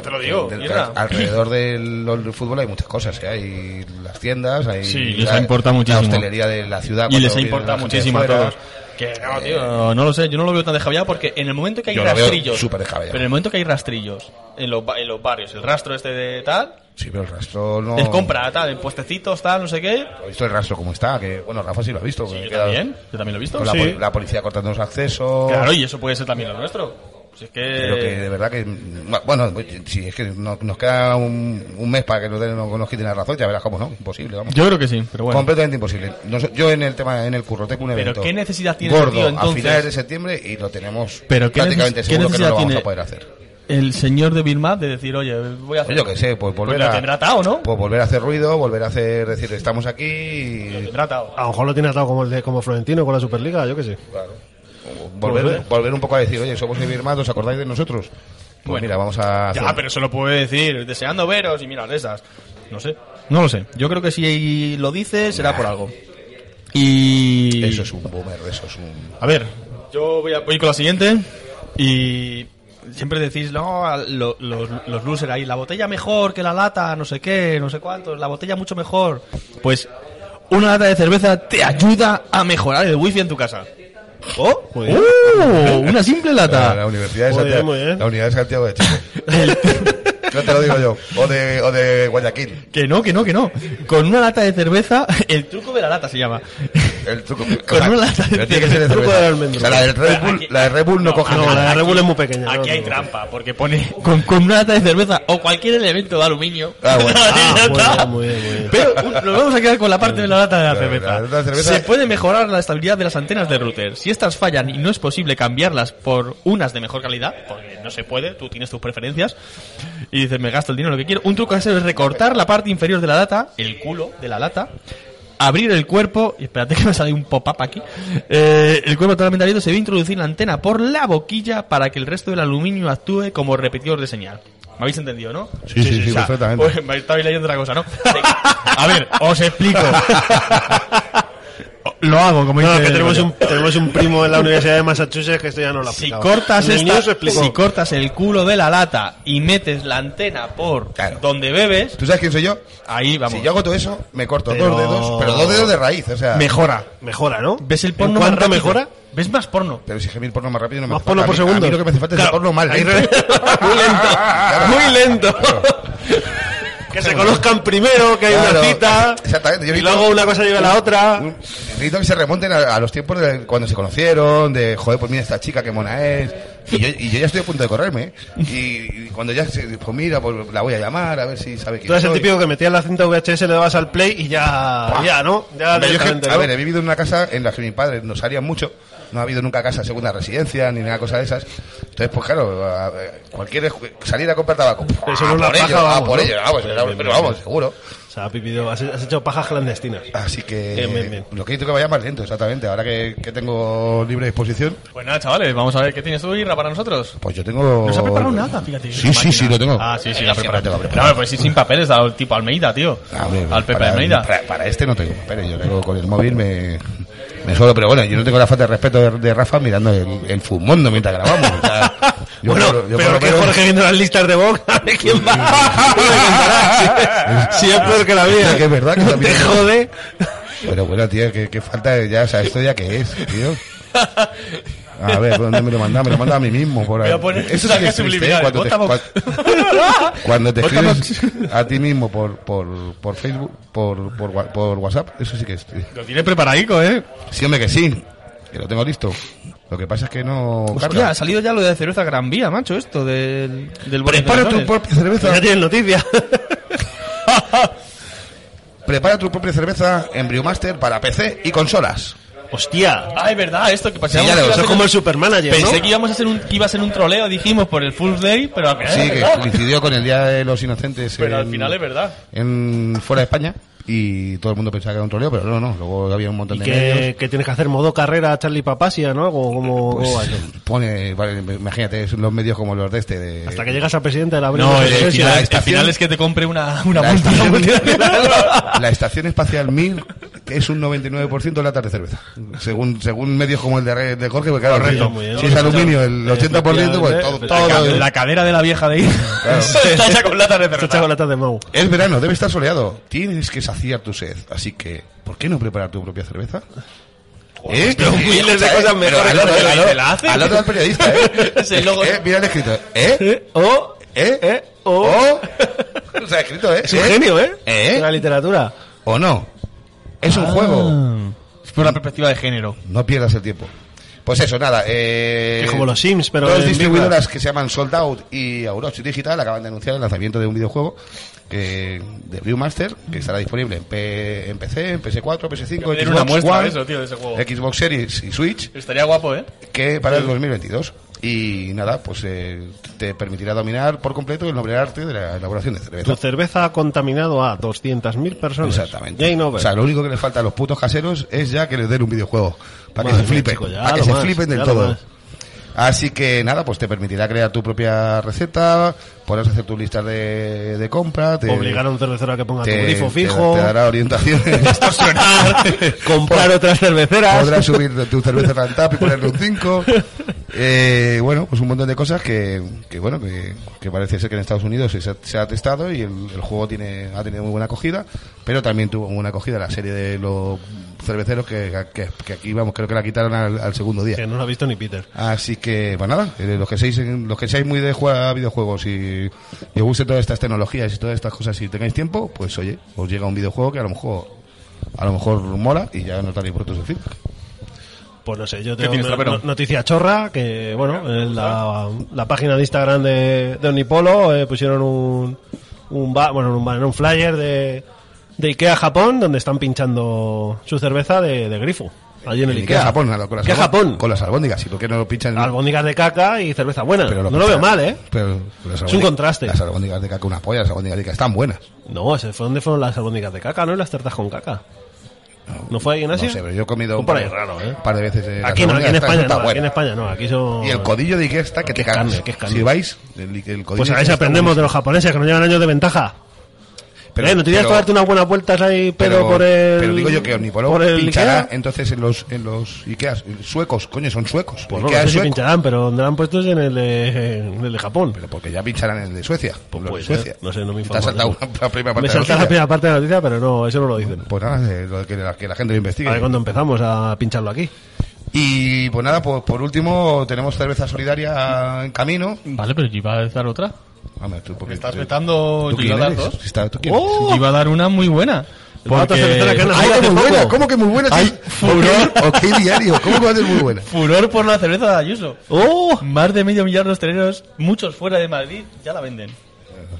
[SPEAKER 1] Te lo digo.
[SPEAKER 2] del-
[SPEAKER 1] mierda.
[SPEAKER 2] alrededor del, del fútbol hay muchas cosas. ¿eh? Hay las tiendas, hay
[SPEAKER 1] Sí, les
[SPEAKER 2] la,
[SPEAKER 1] importa muchísimo.
[SPEAKER 2] la hostelería de la ciudad.
[SPEAKER 1] y
[SPEAKER 2] cuando
[SPEAKER 1] les
[SPEAKER 2] viene
[SPEAKER 1] importa
[SPEAKER 2] la gente de
[SPEAKER 1] muchísimo a
[SPEAKER 2] fuera.
[SPEAKER 1] todos. Que no, tío, no lo sé, yo no lo veo tan descabellado porque en el momento que hay
[SPEAKER 2] Yo lo veo
[SPEAKER 1] rastrillos,
[SPEAKER 2] súper
[SPEAKER 1] pero
[SPEAKER 2] descabellado.
[SPEAKER 1] en el momento que hay rastrillos en los, ba- en los barrios, el rastro este de tal,
[SPEAKER 2] Sí, pero el rastro no...
[SPEAKER 1] es compra, tal, en puestecitos, tal, no sé qué.
[SPEAKER 2] ¿Has visto el rastro como está? Que, bueno, Rafa sí lo ha visto. que
[SPEAKER 1] Yo
[SPEAKER 2] queda-
[SPEAKER 1] también, yo también lo he visto.
[SPEAKER 2] con La,
[SPEAKER 1] Sí.
[SPEAKER 2] pol- la policía cortando los accesos.
[SPEAKER 1] Claro, eh. y eso puede ser también lo nuestro. Si es que...
[SPEAKER 2] Pero que de verdad que. Bueno, si es que no- nos queda un, un mes para que nos, den, nos, nos quiten la razón, ya verás cómo no. Imposible, vamos.
[SPEAKER 1] Yo creo que sí, pero bueno.
[SPEAKER 2] Completamente imposible. Nos- yo en el tema, en el curro, tengo un
[SPEAKER 1] Pero
[SPEAKER 2] evento.
[SPEAKER 1] ¿qué necesidad tiene
[SPEAKER 2] gordo
[SPEAKER 1] ese tío, entonces?
[SPEAKER 2] a finales de septiembre y lo tenemos
[SPEAKER 1] Pero ¿qué
[SPEAKER 2] prácticamente
[SPEAKER 1] neces- qué
[SPEAKER 2] seguro que no
[SPEAKER 1] necesidad
[SPEAKER 2] lo vamos
[SPEAKER 1] tiene?
[SPEAKER 2] a poder hacer.
[SPEAKER 1] El señor de Birma de decir, oye, voy a hacer...
[SPEAKER 2] Pues yo qué sé, pues volver
[SPEAKER 1] lo
[SPEAKER 2] a.
[SPEAKER 1] tendrá atado, ¿no?
[SPEAKER 2] Pues volver a hacer ruido, volver a hacer decir estamos aquí y.
[SPEAKER 1] Tendrá atado.
[SPEAKER 3] A lo mejor lo tiene atado como el de como Florentino con la Superliga, yo qué sé.
[SPEAKER 2] Volver, volver un poco a decir, oye, somos Ibirmat, ¿os acordáis de nosotros? Pues
[SPEAKER 1] Bueno.
[SPEAKER 2] mira, vamos a. hacer-
[SPEAKER 1] Ya, pero eso lo puede decir, deseando veros y mirar esas. No sé. No lo sé. Yo creo que si lo dice, será por algo. Y...
[SPEAKER 2] Eso es un boomer, eso es un.
[SPEAKER 1] A ver, yo voy, a, voy con la siguiente. Y siempre decís, no, a- lo- los, los loser ahí, la botella mejor que la lata, no sé qué, no sé cuánto, la botella mucho mejor. Pues una lata de cerveza te ayuda a mejorar el wifi en tu casa. ¡Oh!
[SPEAKER 3] Muy bien.
[SPEAKER 1] ¡Uh! Una simple
[SPEAKER 2] La,
[SPEAKER 1] lata.
[SPEAKER 2] Universidad de
[SPEAKER 3] Muy bien,
[SPEAKER 2] Santiago.
[SPEAKER 3] muy bien.
[SPEAKER 2] La Universidad de Santiago de Chile. No te lo digo yo. O de, o de Guayaquil.
[SPEAKER 1] Que no, que no, que no. Con una lata de cerveza, el truco de la lata se llama.
[SPEAKER 2] el truco.
[SPEAKER 1] Con una lata de
[SPEAKER 2] Pero tiene
[SPEAKER 1] cerveza.
[SPEAKER 2] que ser de
[SPEAKER 3] El truco
[SPEAKER 2] cerveza.
[SPEAKER 3] del almendro.
[SPEAKER 2] O sea, la del Red Bull, la de Red Bull no, coge
[SPEAKER 3] Ah, No,
[SPEAKER 2] nada.
[SPEAKER 3] la de Red Bull es muy pequeña.
[SPEAKER 1] Aquí
[SPEAKER 3] no,
[SPEAKER 1] hay
[SPEAKER 3] no.
[SPEAKER 1] trampa, porque pone con, con una lata de cerveza o cualquier elemento de aluminio.
[SPEAKER 2] Ah, bueno.
[SPEAKER 3] Ah,
[SPEAKER 1] Ya
[SPEAKER 3] muy
[SPEAKER 1] está.
[SPEAKER 3] bien, muy bien, muy bien.
[SPEAKER 1] Pero uh, nos vamos a quedar con la parte de la lata de la
[SPEAKER 2] La-
[SPEAKER 1] cerveza.
[SPEAKER 2] la lata de cerveza-
[SPEAKER 1] Se puede mejorar la estabilidad de las antenas de router. Si estas fallan y no es posible cambiarlas por unas de mejor calidad, porque no se puede, tú tienes tus preferencias, y dices, me gasto el dinero en lo que quiero. Un truco casero es recortar la parte inferior de la lata, el culo de la lata, abrir el cuerpo, y espérate que me sale un pop-up aquí, Eh, el cuerpo totalmente abierto se debe introducir la antena por la boquilla para que el resto del aluminio actúe como repetidor de señal. ¿Me habéis entendido, no?
[SPEAKER 2] Sí, sí, sí, perfectamente.
[SPEAKER 1] Pues, me estabais leyendo otra cosa, ¿no? A ver, os explico. Lo hago, como
[SPEAKER 3] No,
[SPEAKER 1] dice
[SPEAKER 3] que tenemos
[SPEAKER 1] Goyo.
[SPEAKER 3] un, tenemos un primo en la Universidad de Massachusetts que esto ya no lo ha
[SPEAKER 1] Si
[SPEAKER 3] aplicado.
[SPEAKER 1] cortas,
[SPEAKER 3] En el
[SPEAKER 1] esta-
[SPEAKER 3] news explicó.
[SPEAKER 1] si cortas el culo de la lata y metes la antena por
[SPEAKER 2] Claro.
[SPEAKER 1] donde bebes,
[SPEAKER 2] ¿Tú sabes quién soy yo?
[SPEAKER 1] ahí vamos.
[SPEAKER 2] Si yo hago todo eso, me corto
[SPEAKER 3] Pero-
[SPEAKER 2] dos dedos, pero dos dedos de raíz, o sea.
[SPEAKER 1] Mejora.
[SPEAKER 3] Mejora, ¿no?
[SPEAKER 1] ¿Ves el
[SPEAKER 3] ¿En
[SPEAKER 1] porno más
[SPEAKER 3] ¿Cuánto
[SPEAKER 1] rápido?
[SPEAKER 3] mejora?
[SPEAKER 1] ¿Ves más porno?
[SPEAKER 2] Pero si gemir porno más rápido no me
[SPEAKER 3] Más
[SPEAKER 2] hace
[SPEAKER 3] porno
[SPEAKER 2] falta.
[SPEAKER 3] por
[SPEAKER 2] A mí-
[SPEAKER 3] segundo.
[SPEAKER 2] A mí lo que me hace falta es el
[SPEAKER 3] Claro,
[SPEAKER 2] porno mal.
[SPEAKER 3] ahí
[SPEAKER 1] Muy lento. Muy lento.
[SPEAKER 3] Que se conozcan primero, que hay
[SPEAKER 2] Claro,
[SPEAKER 3] una cita.
[SPEAKER 2] exactamente, yo
[SPEAKER 3] y
[SPEAKER 2] necesito-
[SPEAKER 3] luego una cosa lleva a la otra.
[SPEAKER 2] Necesito que se remonten a, a los tiempos de cuando se conocieron, de joder, pues mira esta chica, qué mona es. Y yo, y yo ya estoy a punto de correrme. ¿eh? Y, y cuando ya, se, pues mira, pues la voy a llamar, a ver si sabe quién
[SPEAKER 3] Tú eres el
[SPEAKER 2] soy.
[SPEAKER 3] típico que metías la cinta VHS, le dabas al play y ya, ya ¿no? Ya
[SPEAKER 2] Hombre, yo es que,
[SPEAKER 3] directamente,
[SPEAKER 2] a
[SPEAKER 3] ¿no?
[SPEAKER 2] ver, he vivido en una casa en la que mis padres nos harían mucho. No ha habido nunca casa de segunda residencia ni nada cosa de esas. Entonces, pues claro, a- a- cualquier salir a comprar tabaco.
[SPEAKER 3] Eso
[SPEAKER 2] ¡ah,
[SPEAKER 3] no es la
[SPEAKER 2] por
[SPEAKER 3] paja,
[SPEAKER 2] ello, ah,
[SPEAKER 3] vamos,
[SPEAKER 2] por
[SPEAKER 3] ¿no?
[SPEAKER 2] ello, vamos, pero, pero vamos, seguro.
[SPEAKER 3] O sea, Pipido, has, has hecho pajas clandestinas.
[SPEAKER 2] Así que
[SPEAKER 3] Bien, bien, bien.
[SPEAKER 2] lo que dicho que vaya más lento, exactamente. Ahora que, que tengo libre disposición,
[SPEAKER 1] Pues nada, chavales, vamos a ver qué tienes tú, Irra, para nosotros.
[SPEAKER 2] pues yo tengo.
[SPEAKER 1] No se ha preparado nada, fíjate.
[SPEAKER 2] Sí, sí, sí, lo tengo.
[SPEAKER 1] Ah, sí, sí, la ha
[SPEAKER 2] Siempre
[SPEAKER 1] preparado. Pero,
[SPEAKER 2] tengo preparado.
[SPEAKER 1] hombre, pues sí, sin papeles, al tipo Almeida, tío.
[SPEAKER 2] Ah, hombre,
[SPEAKER 1] al Pepe
[SPEAKER 2] para,
[SPEAKER 1] Almeida.
[SPEAKER 2] Para, para este no tengo papeles, yo tengo con el móvil me, me solo, pero bueno, yo no tengo la falta de respeto de, de Rafa mirando el, el Fumondo mientras grabamos. o sea, yo
[SPEAKER 3] bueno,
[SPEAKER 2] por- yo por
[SPEAKER 3] pero
[SPEAKER 2] lo
[SPEAKER 3] que
[SPEAKER 2] menos-
[SPEAKER 3] Jorge viendo las listas de Vox, a ver quién va. Si es peor que la mía.
[SPEAKER 2] Que es verdad que
[SPEAKER 3] no
[SPEAKER 2] también-
[SPEAKER 3] te
[SPEAKER 1] ¿eh?
[SPEAKER 3] jode.
[SPEAKER 2] Pero bueno, tío, qué, qué falta de ya, o sea, esto ya que es, tío. A ver, ¿dónde me lo manda? Me lo manda a mí mismo. Por ahí.
[SPEAKER 1] Voy a poner
[SPEAKER 2] Eso sí que
[SPEAKER 1] mensajes
[SPEAKER 2] es triste, ¿eh?
[SPEAKER 1] subliminales.
[SPEAKER 2] cuando, te,
[SPEAKER 1] Votabox.
[SPEAKER 2] cua- cuando te
[SPEAKER 1] Votabox.
[SPEAKER 2] escribes a ti mismo por, por, por Facebook, por, por, wa- por WhatsApp, eso sí que es triste.
[SPEAKER 1] Lo tiene preparadico, eh.
[SPEAKER 2] Sí, hombre, que sí, que lo tengo listo. Lo que pasa es que no
[SPEAKER 1] Hostia,
[SPEAKER 2] carga.
[SPEAKER 1] ha salido ya lo de cerveza Gran Vía, macho, esto del... del bono de
[SPEAKER 2] Prepara tu
[SPEAKER 1] cartones.
[SPEAKER 2] propia cerveza.
[SPEAKER 3] Ya tienes noticias.
[SPEAKER 2] Prepara tu propia cerveza en Brewmaster para PC y consolas.
[SPEAKER 3] Hostia.
[SPEAKER 1] Ah, es verdad, esto que pasaba.
[SPEAKER 2] Sí, ya lo-
[SPEAKER 3] Eso es como el supermanager, ¿no?
[SPEAKER 1] Pensé que, íbamos a hacer un, que iba a ser un troleo, dijimos, por el Full Day, pero al final,
[SPEAKER 2] Sí,
[SPEAKER 1] es
[SPEAKER 2] que
[SPEAKER 1] Eh, verdad.
[SPEAKER 2] coincidió con el Día de los Inocentes.
[SPEAKER 1] pero al
[SPEAKER 2] en-
[SPEAKER 1] final es verdad.
[SPEAKER 2] en fuera de España y todo el mundo pensaba que era un troleo, pero no, no. Luego había un montón
[SPEAKER 3] Y
[SPEAKER 2] de medios.
[SPEAKER 3] que, que tienes que hacer modo carrera Charlie Papasia, ¿no? Como, como, como
[SPEAKER 2] Pues,
[SPEAKER 3] eso.
[SPEAKER 2] pone, vale, imagínate, son los medios como los de este. De,
[SPEAKER 3] Hasta que llegas a presidente de la
[SPEAKER 1] No,
[SPEAKER 3] Brindis
[SPEAKER 1] el
[SPEAKER 2] sí,
[SPEAKER 1] final,
[SPEAKER 2] la
[SPEAKER 1] el
[SPEAKER 2] estación-
[SPEAKER 1] final es que te compre una, una
[SPEAKER 2] la,
[SPEAKER 1] multa.
[SPEAKER 2] estación, la estación espacial 1000 que es un 99% lata de cerveza. Según según medios como el de, Re- de Jorge, porque claro,
[SPEAKER 3] Correcto,
[SPEAKER 2] si-
[SPEAKER 3] muy bien.
[SPEAKER 2] si es aluminio
[SPEAKER 1] eh,
[SPEAKER 2] el 80%, pues todo.
[SPEAKER 3] Efectivamente,
[SPEAKER 2] todo-
[SPEAKER 1] La, la cadera de la vieja de ahí. Está hecha con latas de cerveza.
[SPEAKER 3] Estos chocolates de Mau.
[SPEAKER 2] es verano, debe estar soleado. Tienes que saciar tu sed. Así que, ¿por qué no preparar tu propia cerveza? ¿Eh?
[SPEAKER 1] pero miles de
[SPEAKER 2] ¿Sabes?
[SPEAKER 1] cosas
[SPEAKER 2] Pero
[SPEAKER 1] mejores
[SPEAKER 2] al
[SPEAKER 1] que
[SPEAKER 2] otro-
[SPEAKER 1] la-
[SPEAKER 2] al otro-
[SPEAKER 1] que la hacen.
[SPEAKER 2] Al otro del periodista, ¿eh?
[SPEAKER 1] Es el logo.
[SPEAKER 2] Eh, Mira el escrito. ¿Eh?
[SPEAKER 3] O,
[SPEAKER 2] ¿Eh?
[SPEAKER 3] eh, o.
[SPEAKER 2] ¿O? O sea, escrito, ¿eh?
[SPEAKER 3] Es un
[SPEAKER 2] ¿Eh?
[SPEAKER 3] genio, ¿eh?
[SPEAKER 2] ¿Eh?
[SPEAKER 3] La literatura.
[SPEAKER 2] ¿O no? Es
[SPEAKER 1] Ah.
[SPEAKER 2] un juego.
[SPEAKER 1] Es por la perspectiva de género.
[SPEAKER 2] No pierdas el tiempo. Pues eso, nada. Eh,
[SPEAKER 3] Es como los Sims, pero
[SPEAKER 2] Dos
[SPEAKER 3] en
[SPEAKER 2] distribuidoras que se llaman Sold Out y Auroch Digital acaban de anunciar el lanzamiento de un videojuego que- de Brewmaster que estará disponible en, P- en PC, en PS4, PS5,
[SPEAKER 1] Voy a pedir
[SPEAKER 2] Xbox
[SPEAKER 1] una muestra
[SPEAKER 2] One, Eh,
[SPEAKER 1] de eso, tío, de ese juego.
[SPEAKER 2] Xbox Series y Switch
[SPEAKER 1] Estaría guapo, ¿eh?
[SPEAKER 2] que para el 2022. Y nada, pues eh, te permitirá dominar por completo el noble arte de la elaboración de cerveza.
[SPEAKER 3] Tu cerveza ha contaminado a 200.000 personas.
[SPEAKER 2] Exactamente.
[SPEAKER 3] Game over.
[SPEAKER 2] O sea, lo único que le falta a los putos caseros es ya que les den un videojuego. Para
[SPEAKER 3] Madre
[SPEAKER 2] que se
[SPEAKER 3] mía,
[SPEAKER 2] flipen.
[SPEAKER 3] chico, ya
[SPEAKER 2] Para que
[SPEAKER 3] lo
[SPEAKER 2] se
[SPEAKER 3] más,
[SPEAKER 2] flipen del
[SPEAKER 3] ya lo
[SPEAKER 2] todo.
[SPEAKER 3] más.
[SPEAKER 2] Así que nada, pues te permitirá crear tu propia receta, podrás hacer tu lista de, de compra. Te,
[SPEAKER 3] Obligar a un cervecero a que ponga
[SPEAKER 2] te-
[SPEAKER 3] tu grifo
[SPEAKER 2] te-
[SPEAKER 3] fijo.
[SPEAKER 2] Te, dará orientaciones.
[SPEAKER 3] comprar otras cerveceras.
[SPEAKER 2] Podrás subir tu cerveza al tap y ponerle un 5. bueno, pues un montón de cosas que, que bueno, que, que parece ser que en Estados Unidos se, ha- se ha testado y el, el juego tiene ha tenido muy buena acogida, pero también tuvo una acogida la serie de los cerveceros que, que, que aquí, vamos, creo que la quitaron al, al segundo
[SPEAKER 3] Que
[SPEAKER 2] día.
[SPEAKER 3] no lo ha visto ni Peter.
[SPEAKER 2] Así que, pues nada, eh, los que seáis, en- los que seáis muy de jugar a videojuegos y, y os guste todas estas tecnologías y todas estas cosas, si tengáis tiempo, pues oye, os llega un videojuego que a lo mejor a lo mejor mola y ya nos daréis vosotros el feedback.
[SPEAKER 3] Pues no sé, yo
[SPEAKER 1] ¿Qué
[SPEAKER 3] tengo
[SPEAKER 1] tienes,
[SPEAKER 3] una-
[SPEAKER 1] trapero?
[SPEAKER 3] no- noticia chorra, que bueno, en la, la página de Instagram de, de Onipolo eh, pusieron un, un, ba- bueno, un, banner, un flyer de, de Ikea Japón donde están pinchando su cerveza de, de grifo. Allí en el Ikea.
[SPEAKER 2] Eh, Ikea Japón, a lo- con las,
[SPEAKER 3] Ikea
[SPEAKER 2] albó-
[SPEAKER 3] Japón.
[SPEAKER 2] Con las albóndigas, ¿y por qué no lo pinchan? en-
[SPEAKER 3] Albóndigas de caca y cerveza buena.
[SPEAKER 2] pero
[SPEAKER 3] no lo veo
[SPEAKER 2] pinchan-
[SPEAKER 3] mal, ¿eh?
[SPEAKER 2] pero las
[SPEAKER 3] Es un
[SPEAKER 2] albóndigas-
[SPEAKER 3] contraste. ¿Ah,
[SPEAKER 2] Las albóndigas de caca, una polla, las albóndigas de caca, están buenas.
[SPEAKER 3] No, ese fue donde fueron las albóndigas de caca, ¿no? Y las tartas con caca. ¿No fue ahí en
[SPEAKER 2] No
[SPEAKER 3] Asia?
[SPEAKER 2] sé, pero yo he comido
[SPEAKER 3] Un
[SPEAKER 2] un par,
[SPEAKER 3] por ahí raro, ¿eh?
[SPEAKER 2] un par de veces. eh, las
[SPEAKER 3] Aquí no, aquí
[SPEAKER 2] albóndigas,
[SPEAKER 3] en
[SPEAKER 2] está-
[SPEAKER 3] España no,
[SPEAKER 2] está
[SPEAKER 3] aquí
[SPEAKER 2] buena.
[SPEAKER 3] en España no, aquí son...
[SPEAKER 2] Y el codillo de Ikea está que
[SPEAKER 3] Qué
[SPEAKER 2] te cagas.
[SPEAKER 3] carne, qué carne.
[SPEAKER 2] Si vais, el, el codillo
[SPEAKER 3] Pues a
[SPEAKER 2] de
[SPEAKER 3] ver si
[SPEAKER 2] Ikea está
[SPEAKER 3] aprendemos de
[SPEAKER 2] buenísimo.
[SPEAKER 3] los japoneses que nos llevan años de ventaja. Pero, ¿No tenías que darte unas buenas vueltas ahí, pedo, por el.
[SPEAKER 2] pero digo yo que Omnipolo
[SPEAKER 3] por el
[SPEAKER 2] pinchará
[SPEAKER 3] Ikea?
[SPEAKER 2] entonces en los, en los Ikeas. Suecos, coño, son suecos.
[SPEAKER 3] Pues no, no
[SPEAKER 2] Ikea
[SPEAKER 3] sé
[SPEAKER 2] es
[SPEAKER 3] si
[SPEAKER 2] sueco.
[SPEAKER 3] pincharán, pero andarán puestos en el de, en el de Japón.
[SPEAKER 2] Pero porque ya pincharán en el de Suecia. los
[SPEAKER 3] Pues
[SPEAKER 2] de
[SPEAKER 3] puede ser,
[SPEAKER 2] Suecia.
[SPEAKER 3] no sé, no me
[SPEAKER 2] Y Te has
[SPEAKER 3] informo,
[SPEAKER 2] saltado
[SPEAKER 3] no.
[SPEAKER 2] una- la primera
[SPEAKER 3] Me
[SPEAKER 2] parte de la
[SPEAKER 3] salta la
[SPEAKER 2] noticia.
[SPEAKER 3] primera parte de la noticia, pero no, eso no lo dicen.
[SPEAKER 2] Pues nada, eh, lo de que, la, que la gente lo investigue.
[SPEAKER 3] A ver cuándo empezamos a pincharlo aquí.
[SPEAKER 2] Y pues nada, pues por último tenemos cerveza solidaria en camino.
[SPEAKER 1] Vale, pero yo iba a dar otra.
[SPEAKER 2] Hombre, tú, porque,
[SPEAKER 1] Estás
[SPEAKER 2] tú-
[SPEAKER 1] vetando
[SPEAKER 2] ¿tú quién
[SPEAKER 1] Gilada
[SPEAKER 2] eres?
[SPEAKER 1] dos.
[SPEAKER 2] Si está- ¿tú quién eres?
[SPEAKER 1] Yo iba a dar una muy buena.
[SPEAKER 3] La otra cervecera que han-
[SPEAKER 1] Porque
[SPEAKER 2] ¡Ay,
[SPEAKER 3] Ay,
[SPEAKER 2] que
[SPEAKER 3] hace
[SPEAKER 2] muy
[SPEAKER 3] poco.
[SPEAKER 2] buena! ¿Cómo que muy buena?
[SPEAKER 1] Ay,
[SPEAKER 2] Sí. ¿O qué diario? ¿Cómo que va a ser muy buena?
[SPEAKER 1] furor por la cerveza de Ayuso.
[SPEAKER 3] ¡Oh!
[SPEAKER 1] Más de medio millar de hosteleros, muchos fuera de Madrid, ya la venden.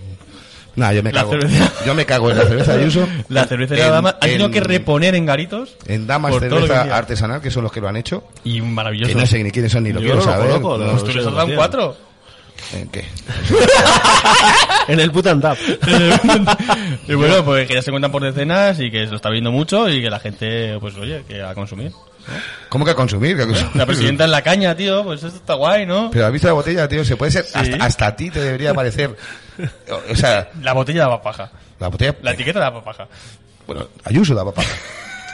[SPEAKER 2] Nah, yo me
[SPEAKER 1] La
[SPEAKER 2] cago.
[SPEAKER 1] cerveza.
[SPEAKER 2] Yo me cago en la cerveza de uso.
[SPEAKER 1] La cervecera
[SPEAKER 2] En-
[SPEAKER 1] Dama ha tenido
[SPEAKER 2] en-
[SPEAKER 1] que reponer en garitos.
[SPEAKER 2] En Damas
[SPEAKER 1] por todo lo que
[SPEAKER 2] Cerveza
[SPEAKER 1] hacía.
[SPEAKER 2] Artesanal, que son los que lo han hecho.
[SPEAKER 1] Y un maravilloso.
[SPEAKER 2] Que no sé ni quiénes son ni lo
[SPEAKER 1] Yo
[SPEAKER 2] quiero
[SPEAKER 1] no
[SPEAKER 2] saber.
[SPEAKER 1] conozco,
[SPEAKER 2] No,
[SPEAKER 1] los- tú le
[SPEAKER 3] sé,
[SPEAKER 1] saldrán
[SPEAKER 3] tío.
[SPEAKER 1] cuatro.
[SPEAKER 2] ¿En qué?
[SPEAKER 3] En el putan tap.
[SPEAKER 1] y bueno, pues que ya se cuentan por decenas y que se lo está viendo mucho y que la gente, pues oye, que a consumir.
[SPEAKER 2] ¿Cómo que a consumir? ¿Que a consumir?
[SPEAKER 1] La presidenta en la caña, tío, pues esto está guay, ¿no?
[SPEAKER 2] Pero has visto la botella, tío, se puede ser. Hasta, hasta a ti te debería parecer. O, o sea,
[SPEAKER 1] La botella daba paja.
[SPEAKER 2] la botella.
[SPEAKER 1] La etiqueta daba paja.
[SPEAKER 2] Bueno, Ayuso daba paja.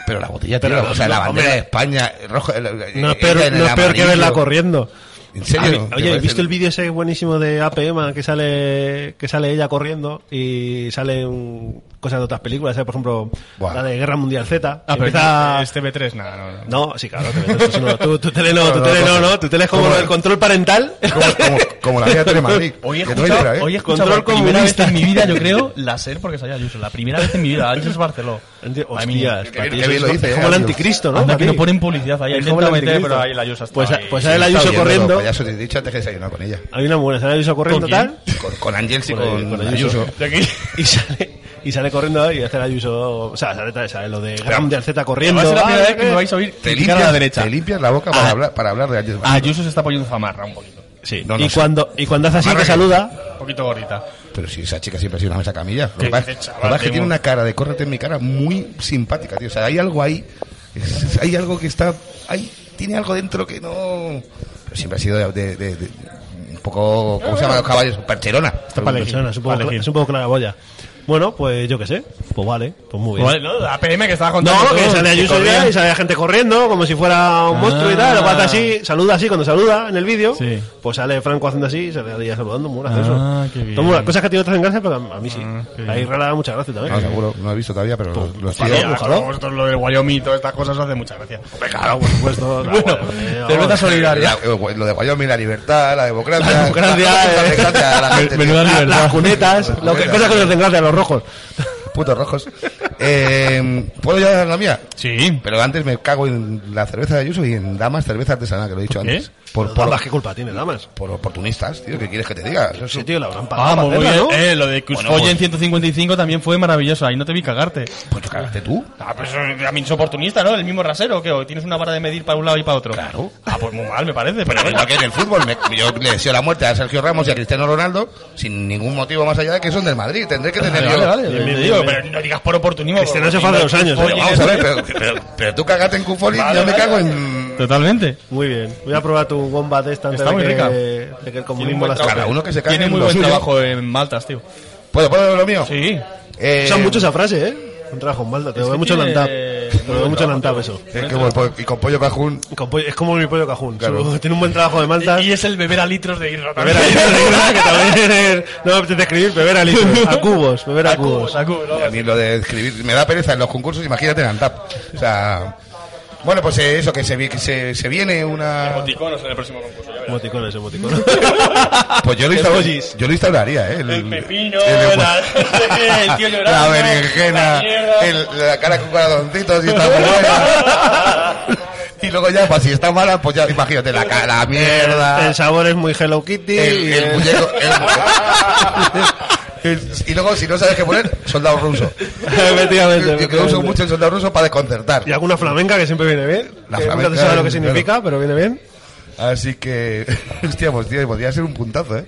[SPEAKER 2] Pero la botella, tío,
[SPEAKER 3] Pero
[SPEAKER 2] o sea, la
[SPEAKER 3] no,
[SPEAKER 2] bandera de España, el rojo. el- el-
[SPEAKER 3] No es
[SPEAKER 2] ella
[SPEAKER 3] peor,
[SPEAKER 2] Eh, en el
[SPEAKER 3] no es peor que
[SPEAKER 2] amarillo.
[SPEAKER 3] verla corriendo.
[SPEAKER 2] ¿En
[SPEAKER 3] A mí-
[SPEAKER 2] serio? ¿Te
[SPEAKER 3] oye, ¿has
[SPEAKER 2] parece?
[SPEAKER 3] visto el vídeo ese buenísimo de APM que sale que sale ella corriendo y salen cosas de otras películas? ¿sabes? Por ejemplo,
[SPEAKER 2] Buah.
[SPEAKER 3] la de Guerra Mundial Z.
[SPEAKER 1] Ah, pero
[SPEAKER 3] Empieza-
[SPEAKER 1] este B3, nada, no, no.
[SPEAKER 3] No, sí, claro, te metes, eso no. tu, tu tele no,
[SPEAKER 2] No,
[SPEAKER 3] tu
[SPEAKER 2] no,
[SPEAKER 3] tele
[SPEAKER 2] no,
[SPEAKER 3] no,
[SPEAKER 2] no.
[SPEAKER 3] no, tu tele es como
[SPEAKER 2] ¿Cómo?
[SPEAKER 3] el control parental.
[SPEAKER 2] Como, como, como la vida de Telemadrid.
[SPEAKER 1] Hoy he
[SPEAKER 2] que no
[SPEAKER 1] escuchado,
[SPEAKER 2] entra, ¿eh?
[SPEAKER 1] hoy he escuchado
[SPEAKER 3] Control
[SPEAKER 1] por primera vez
[SPEAKER 3] comunista.
[SPEAKER 1] en mi vida, yo creo, la SER porque salía Ayuso. La primera vez en mi vida, Ayuso es Barceló. Madre mía.
[SPEAKER 3] Hostias,
[SPEAKER 2] Qué bien-
[SPEAKER 3] tío,
[SPEAKER 2] qué bien
[SPEAKER 3] eso
[SPEAKER 2] lo
[SPEAKER 3] es
[SPEAKER 2] dice,
[SPEAKER 3] como
[SPEAKER 2] eh,
[SPEAKER 3] el
[SPEAKER 2] Ayuso.
[SPEAKER 3] anticristo, ¿no?
[SPEAKER 1] Anda, que
[SPEAKER 3] Para
[SPEAKER 1] no
[SPEAKER 3] ti.
[SPEAKER 1] ponen publicidad ahí.
[SPEAKER 3] Es
[SPEAKER 1] Ha
[SPEAKER 3] como
[SPEAKER 1] intentado
[SPEAKER 3] el
[SPEAKER 1] meter,
[SPEAKER 3] anticristo.
[SPEAKER 1] pero ahí el Ayuso está
[SPEAKER 3] Pues,
[SPEAKER 1] ahí.
[SPEAKER 3] pues sale el
[SPEAKER 2] Está
[SPEAKER 3] Ayuso
[SPEAKER 2] oyendo,
[SPEAKER 3] corriendo.
[SPEAKER 2] payaso, te he dicho antes que desayunar con ella.
[SPEAKER 3] Hay una buena, sale el Ayuso corriendo
[SPEAKER 1] quién?
[SPEAKER 3] tal.
[SPEAKER 2] Con, con Ángels y
[SPEAKER 3] Con-
[SPEAKER 2] con,
[SPEAKER 3] con Ayuso.
[SPEAKER 2] Ayuso.
[SPEAKER 1] De aquí.
[SPEAKER 3] Y sale, y sale corriendo y hace el Ayuso. O sea, sale, sale lo de Guerra Mundial Z corriendo.
[SPEAKER 1] Va a ser la primera vez que me
[SPEAKER 3] ¿eh?
[SPEAKER 1] vais a oír
[SPEAKER 2] Te
[SPEAKER 1] criticar a la
[SPEAKER 2] limpias,
[SPEAKER 1] derecha.
[SPEAKER 2] te limpias la boca para,
[SPEAKER 1] Ah.
[SPEAKER 2] hablar, para hablar de Ángels.
[SPEAKER 1] Ayuso se está poniendo zamarra un poquito.
[SPEAKER 3] Sí,
[SPEAKER 2] No, no
[SPEAKER 3] y,
[SPEAKER 2] sé.
[SPEAKER 3] cuando, y cuando hace así,
[SPEAKER 2] Amarre.
[SPEAKER 3] te saluda.
[SPEAKER 1] Un poquito gordita.
[SPEAKER 2] Pero si esa chica siempre ha sido una mesa camilla. Lo
[SPEAKER 1] Qué-
[SPEAKER 2] que pasa
[SPEAKER 1] qué
[SPEAKER 2] lo que
[SPEAKER 1] chaval,
[SPEAKER 2] pasa es que
[SPEAKER 1] tío.
[SPEAKER 2] tiene una cara de córrete en mi cara muy simpática, tío. O sea, hay algo ahí. es- es- hay algo que está. Hay, tiene algo dentro que no. Pero siempre ha sido de. de- de- de- un poco. ¿Cómo se llaman los caballos? Parcherona.
[SPEAKER 3] Está para elegir, es un poco,
[SPEAKER 1] para elegir.
[SPEAKER 3] es un poco claraboya. Bueno, pues yo qué sé. Pues vale, pues muy bien.
[SPEAKER 1] Vale, ¿no? La PM que estaba contando.
[SPEAKER 3] No, que
[SPEAKER 1] todo,
[SPEAKER 3] sale Ayuso
[SPEAKER 1] corría.
[SPEAKER 3] ya y sale gente corriendo, como si fuera un
[SPEAKER 1] Ah.
[SPEAKER 3] monstruo y tal, lo pasa así, saluda así cuando saluda en el vídeo,
[SPEAKER 1] Sí.
[SPEAKER 3] pues sale Franco haciendo así y sale ella saludando, muy gracioso.
[SPEAKER 1] Ah, qué bien.
[SPEAKER 3] Todo muy- cosas que a ti no te hacen gracia, pero a mí sí.
[SPEAKER 1] Ah, qué
[SPEAKER 3] Ahí
[SPEAKER 1] bien.
[SPEAKER 3] Rara da mucha gracia también.
[SPEAKER 2] No, seguro, no lo he visto todavía, pero
[SPEAKER 3] Pues,
[SPEAKER 2] lo- lo estoy.
[SPEAKER 1] Vale, ya,
[SPEAKER 3] ojalá.
[SPEAKER 1] Ah, como vosotros lo del Wyoming y todas estas cosas hace mucha gracia.
[SPEAKER 3] Claro, por supuesto. claro,
[SPEAKER 1] Bueno,
[SPEAKER 3] eh,
[SPEAKER 1] cerveza
[SPEAKER 3] vamos.
[SPEAKER 1] solidaria.
[SPEAKER 2] La- eh, lo de Wyoming, la libertad, la democracia.
[SPEAKER 3] La democracia,
[SPEAKER 2] la
[SPEAKER 3] eh.
[SPEAKER 2] democracia a la gente, tío.
[SPEAKER 1] Menuda
[SPEAKER 3] La-
[SPEAKER 1] libertad.
[SPEAKER 3] Las cunetas, lo que, cosas que nos hacen gracia a los rojos.
[SPEAKER 2] Putos rojos. Eh, ¿Puedo ya dar la mía?
[SPEAKER 1] Sí.
[SPEAKER 2] Pero antes me cago en la cerveza de Ayuso y en Damas cerveza artesanal, que lo he dicho
[SPEAKER 1] ¿Por qué?
[SPEAKER 2] antes. Por,
[SPEAKER 3] Por
[SPEAKER 2] por,
[SPEAKER 3] las que culpa tiene, damas.
[SPEAKER 2] por oportunistas, tío, ¿qué quieres que te diga? Eso es
[SPEAKER 3] Sí,
[SPEAKER 2] un-
[SPEAKER 3] tío, la habrán pagado.
[SPEAKER 1] Vamos,
[SPEAKER 3] para
[SPEAKER 1] muy bien.
[SPEAKER 3] hacerla, ¿no?
[SPEAKER 1] Eh, lo de que os
[SPEAKER 2] Bueno, pues-
[SPEAKER 1] follen 155 también fue maravilloso. Ahí no te vi cagarte.
[SPEAKER 2] Pues cágate tú.
[SPEAKER 1] Ah, pues eso también es oportunista, ¿no? El mismo rasero, que o tienes una vara de medir para un lado y para otro.
[SPEAKER 2] Claro.
[SPEAKER 1] Ah, pues muy mal, me parece. Pero
[SPEAKER 2] Pero
[SPEAKER 1] bueno.
[SPEAKER 2] igual que en el fútbol, me- yo le deseo la muerte a Sergio Ramos y a Cristiano Ronaldo sin ningún motivo más allá de que son del Madrid. Tendré que tener
[SPEAKER 1] Vale, vale,
[SPEAKER 2] yo.
[SPEAKER 1] vale.
[SPEAKER 3] Bien,
[SPEAKER 1] Te
[SPEAKER 3] bien,
[SPEAKER 1] digo,
[SPEAKER 3] bien,
[SPEAKER 1] pero no digas por oportunismo.
[SPEAKER 3] Este no
[SPEAKER 1] porque
[SPEAKER 3] se fue hace
[SPEAKER 1] no-
[SPEAKER 3] dos años, ¿eh?
[SPEAKER 1] Oye,
[SPEAKER 2] Pero vamos a ver, pero, pero- pero tú cagate en Cufoli y
[SPEAKER 1] Vale,
[SPEAKER 2] yo me
[SPEAKER 1] vale,
[SPEAKER 2] cago
[SPEAKER 1] vale.
[SPEAKER 2] en.
[SPEAKER 1] Totalmente.
[SPEAKER 3] Muy bien. Voy a probar tu bomba de esta antes
[SPEAKER 1] Está
[SPEAKER 3] de
[SPEAKER 1] muy
[SPEAKER 3] que,
[SPEAKER 1] rica.
[SPEAKER 3] de que el
[SPEAKER 1] Tiene un
[SPEAKER 3] comunismo
[SPEAKER 1] buen
[SPEAKER 3] la
[SPEAKER 1] trabajo.
[SPEAKER 2] Cada uno que se cague
[SPEAKER 1] Tiene
[SPEAKER 2] en
[SPEAKER 1] muy
[SPEAKER 2] lo
[SPEAKER 1] buen
[SPEAKER 2] suyo.
[SPEAKER 1] trabajo en Maltas, tío.
[SPEAKER 2] ¿Puedo, puedo ver lo mío?
[SPEAKER 1] Sí.
[SPEAKER 2] Eh,
[SPEAKER 3] Usan mucho esa frase, ¿eh? Un trabajo en Malta.
[SPEAKER 1] Es
[SPEAKER 3] Te lo
[SPEAKER 1] que
[SPEAKER 3] veo mucho en
[SPEAKER 1] tiene-
[SPEAKER 3] Antap. Te lo veo mucho en Antap eso.
[SPEAKER 2] es que voy por- y con pollo cajún.
[SPEAKER 3] Con pollo- Es como mi pollo cajún.
[SPEAKER 2] Claro.
[SPEAKER 3] Su- Tiene un buen trabajo de Malta.
[SPEAKER 1] Y es el beber a litros de hidro.
[SPEAKER 3] Beber a litros, de verdad, que también es- No me apetece escribir, beber a litros. A cubos, beber a, cubos.
[SPEAKER 1] A cubos,
[SPEAKER 2] A mí lo de escribir me da pereza en los concursos, imagínate en Antap. O sea, Bueno, pues eh, eso, que se, vi- que se, se viene una...
[SPEAKER 1] Emoticonos en el próximo concurso, ya verás.
[SPEAKER 3] Emoticones, emoticones.
[SPEAKER 2] Pues yo lo,
[SPEAKER 1] Emojis.
[SPEAKER 2] instalaría, yo lo instauraría, ¿eh?
[SPEAKER 1] El pepino,
[SPEAKER 2] el-
[SPEAKER 1] la- el tío llorando,
[SPEAKER 2] la berenjena,
[SPEAKER 1] la mierda.
[SPEAKER 2] el- la cara con corazoncitos y está muy buena. y luego ya, pues si está mala, pues ya imagínate, la, ca- la mierda,
[SPEAKER 3] El sabor es muy Hello Kitty.
[SPEAKER 2] el,
[SPEAKER 3] y
[SPEAKER 2] el
[SPEAKER 3] es-
[SPEAKER 2] muñeco... el- el- y luego, si no sabes qué poner, soldado ruso.
[SPEAKER 3] Efectivamente,
[SPEAKER 2] Yo que uso
[SPEAKER 3] efectivamente.
[SPEAKER 2] mucho el soldado ruso para desconcertar.
[SPEAKER 3] Y alguna flamenca que siempre viene bien.
[SPEAKER 2] La
[SPEAKER 3] que nunca
[SPEAKER 2] flamenca,
[SPEAKER 3] se sabe lo que
[SPEAKER 2] claro.
[SPEAKER 3] significa, pero viene bien.
[SPEAKER 2] Así que, hostia, pues tío, podría ser un puntazo, ¿eh?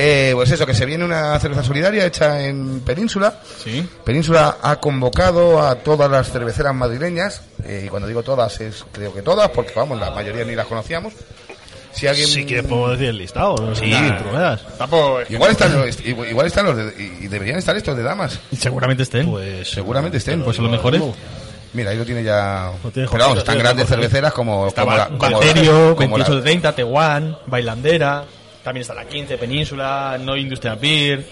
[SPEAKER 2] Eh, Pues eso, que se viene una cerveza solidaria hecha en Península.
[SPEAKER 1] Sí.
[SPEAKER 2] Península ha convocado a todas las cerveceras madrileñas, eh, y cuando digo todas es creo que todas, porque vamos, la mayoría ni las conocíamos. Si alguien...
[SPEAKER 3] Si quieres podemos decir el listado. ¿no? Nada, ruedas.
[SPEAKER 1] Tampoco es que-
[SPEAKER 2] Igual están, los- igual están los de- y y deberían estar estos de damas.
[SPEAKER 1] Seguramente estén.
[SPEAKER 3] Pues
[SPEAKER 2] Seguramente estén.
[SPEAKER 1] Pues a lo mejor es.
[SPEAKER 2] Mira, ahí lo tiene ya.
[SPEAKER 3] Lo tiene
[SPEAKER 2] Pero vamos,
[SPEAKER 3] Jorgito,
[SPEAKER 2] están
[SPEAKER 3] tiene
[SPEAKER 2] grandes
[SPEAKER 3] Jorgito.
[SPEAKER 2] cerveceras como, como, la, como, la-
[SPEAKER 1] Baterio,
[SPEAKER 2] como la-
[SPEAKER 1] 2830, Tehuán, Bailandera. También está la 15, Península, No Industrial Beer.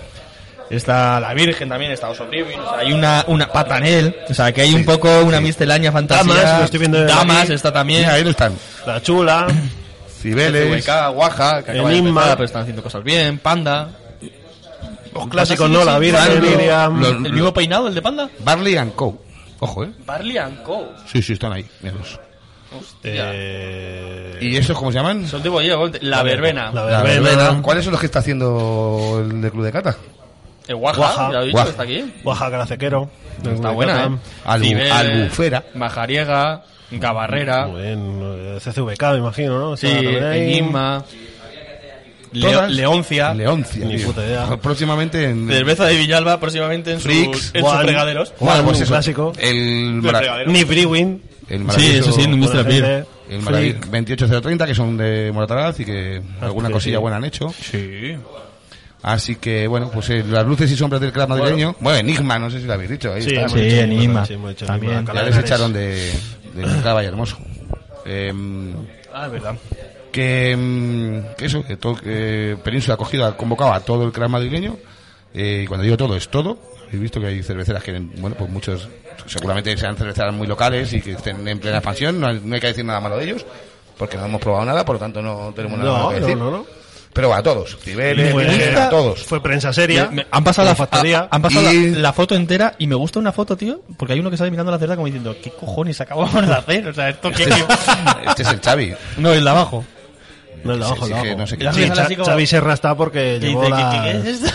[SPEAKER 1] Está la Virgen también, está Oso Brewing. O sea, hay una, una Patanel. O sea, que hay un poco una mistelaña fantasía.
[SPEAKER 3] Damas, lo estoy viendo desde
[SPEAKER 1] Damas
[SPEAKER 3] aquí.
[SPEAKER 1] está también.
[SPEAKER 2] Mira, ahí no están.
[SPEAKER 3] la chula.
[SPEAKER 2] Cibeles,
[SPEAKER 1] TVK, Guaja, que acaba de
[SPEAKER 3] Enigma.
[SPEAKER 1] empezar, pero están haciendo cosas bien. Panda.
[SPEAKER 3] Los clásicos, ¿no? La Virgen,
[SPEAKER 1] Barley.
[SPEAKER 3] Miriam.
[SPEAKER 2] Los-
[SPEAKER 1] ¿El mismo peinado, el de Panda?
[SPEAKER 2] Barley and Co. Ojo, ¿eh?
[SPEAKER 1] Barley and Co.
[SPEAKER 2] Sí, sí, están ahí. míralos.
[SPEAKER 3] eh,
[SPEAKER 2] ¿Y estos cómo se llaman?
[SPEAKER 1] Son tipo yo, la verbena.
[SPEAKER 3] La
[SPEAKER 2] La
[SPEAKER 3] verbena.
[SPEAKER 2] verbena. ¿Cuáles son los que está haciendo el de Club de Cata?
[SPEAKER 1] El Guaja,
[SPEAKER 3] Guaja.
[SPEAKER 1] ya lo he dicho,
[SPEAKER 2] Guaja.
[SPEAKER 1] está aquí.
[SPEAKER 3] Oaxaca, la cequero.
[SPEAKER 1] Está buena, ¿eh?
[SPEAKER 2] Albu-
[SPEAKER 1] Cibeles,
[SPEAKER 2] Albufera.
[SPEAKER 1] Majariega, Gabarrera,
[SPEAKER 3] Muy bien. eh, CCVK, me imagino, ¿no?
[SPEAKER 1] sí,
[SPEAKER 3] Está también ahí.
[SPEAKER 1] Enigma, Leo-
[SPEAKER 2] Todas.
[SPEAKER 1] Leoncia,
[SPEAKER 2] Leoncia.
[SPEAKER 3] Ni
[SPEAKER 2] tío.
[SPEAKER 3] puta idea.
[SPEAKER 2] Próximamente en.
[SPEAKER 1] Cerveza de Villalba próximamente en,
[SPEAKER 2] Freaks,
[SPEAKER 1] sus, en sus
[SPEAKER 3] Juan.
[SPEAKER 1] regaderos.
[SPEAKER 2] Bueno, pues
[SPEAKER 3] Un
[SPEAKER 2] eso.
[SPEAKER 3] clásico.
[SPEAKER 2] El,
[SPEAKER 1] De
[SPEAKER 2] mara-
[SPEAKER 1] fregadero.
[SPEAKER 3] Ni Brewing.
[SPEAKER 2] el maravilloso-
[SPEAKER 1] eso sí, no- Industrial
[SPEAKER 3] Buena
[SPEAKER 1] Beer.
[SPEAKER 3] gente.
[SPEAKER 2] El maravilloso
[SPEAKER 3] Freak.
[SPEAKER 2] 28030, que son de Morataraz y que alguna
[SPEAKER 3] sí,
[SPEAKER 2] cosilla
[SPEAKER 3] sí.
[SPEAKER 2] buena han hecho.
[SPEAKER 1] Sí.
[SPEAKER 2] Así que, bueno, pues eh, las luces y sombras del clan madrileño. Bueno, Enigma, no sé si lo habéis dicho. Ahí
[SPEAKER 3] Sí,
[SPEAKER 2] está.
[SPEAKER 3] hemos dicho Enigma,
[SPEAKER 1] Enigma.
[SPEAKER 3] sí, hemos dicho
[SPEAKER 1] También.
[SPEAKER 3] Enigma,
[SPEAKER 2] Ya
[SPEAKER 3] Alcalá de
[SPEAKER 2] les
[SPEAKER 3] Henares.
[SPEAKER 2] echaron de, de Caballo Hermoso. Em,
[SPEAKER 1] Ah, es verdad.
[SPEAKER 2] que, mm, que eso, que, to- que Península Acogida convocaba a todo el clan madrileño, eh, y cuando digo todo es todo, he visto que hay cerveceras que, bueno, pues muchos, seguramente sean cerveceras muy locales y que estén en plena expansión, no hay, no hay que decir nada malo de ellos, porque no hemos probado nada, por lo tanto no tenemos nada malo
[SPEAKER 3] No,
[SPEAKER 2] que
[SPEAKER 3] no,
[SPEAKER 2] decir.
[SPEAKER 3] no, no.
[SPEAKER 2] Pero a todos, Cibeles,
[SPEAKER 3] Fue-
[SPEAKER 2] Virgen, a eh, todos.
[SPEAKER 3] Fue prensa seria.
[SPEAKER 1] Me- han pasado, la,
[SPEAKER 3] Fue factoría.
[SPEAKER 2] Ah,
[SPEAKER 1] ha- han pasado
[SPEAKER 2] Y-
[SPEAKER 1] la, la foto entera y me gusta una foto, tío, porque hay uno que sale mirando la cerda como diciendo, ¿qué cojones acabamos de hacer? O sea, esto que...
[SPEAKER 2] Este es el Xavi.
[SPEAKER 1] no, el de abajo.
[SPEAKER 3] No, el de
[SPEAKER 2] Sí,
[SPEAKER 3] abajo,
[SPEAKER 2] sí,
[SPEAKER 3] el de
[SPEAKER 2] que
[SPEAKER 3] abajo.
[SPEAKER 2] no sé qué.
[SPEAKER 1] Ya
[SPEAKER 3] Sí,
[SPEAKER 1] me sale así
[SPEAKER 3] Cha-
[SPEAKER 1] como-
[SPEAKER 3] Xavi Serra está porque
[SPEAKER 1] ¿Qué,
[SPEAKER 3] llevó
[SPEAKER 1] dice, "¿Qué-
[SPEAKER 3] la...
[SPEAKER 1] qué- qué es esto?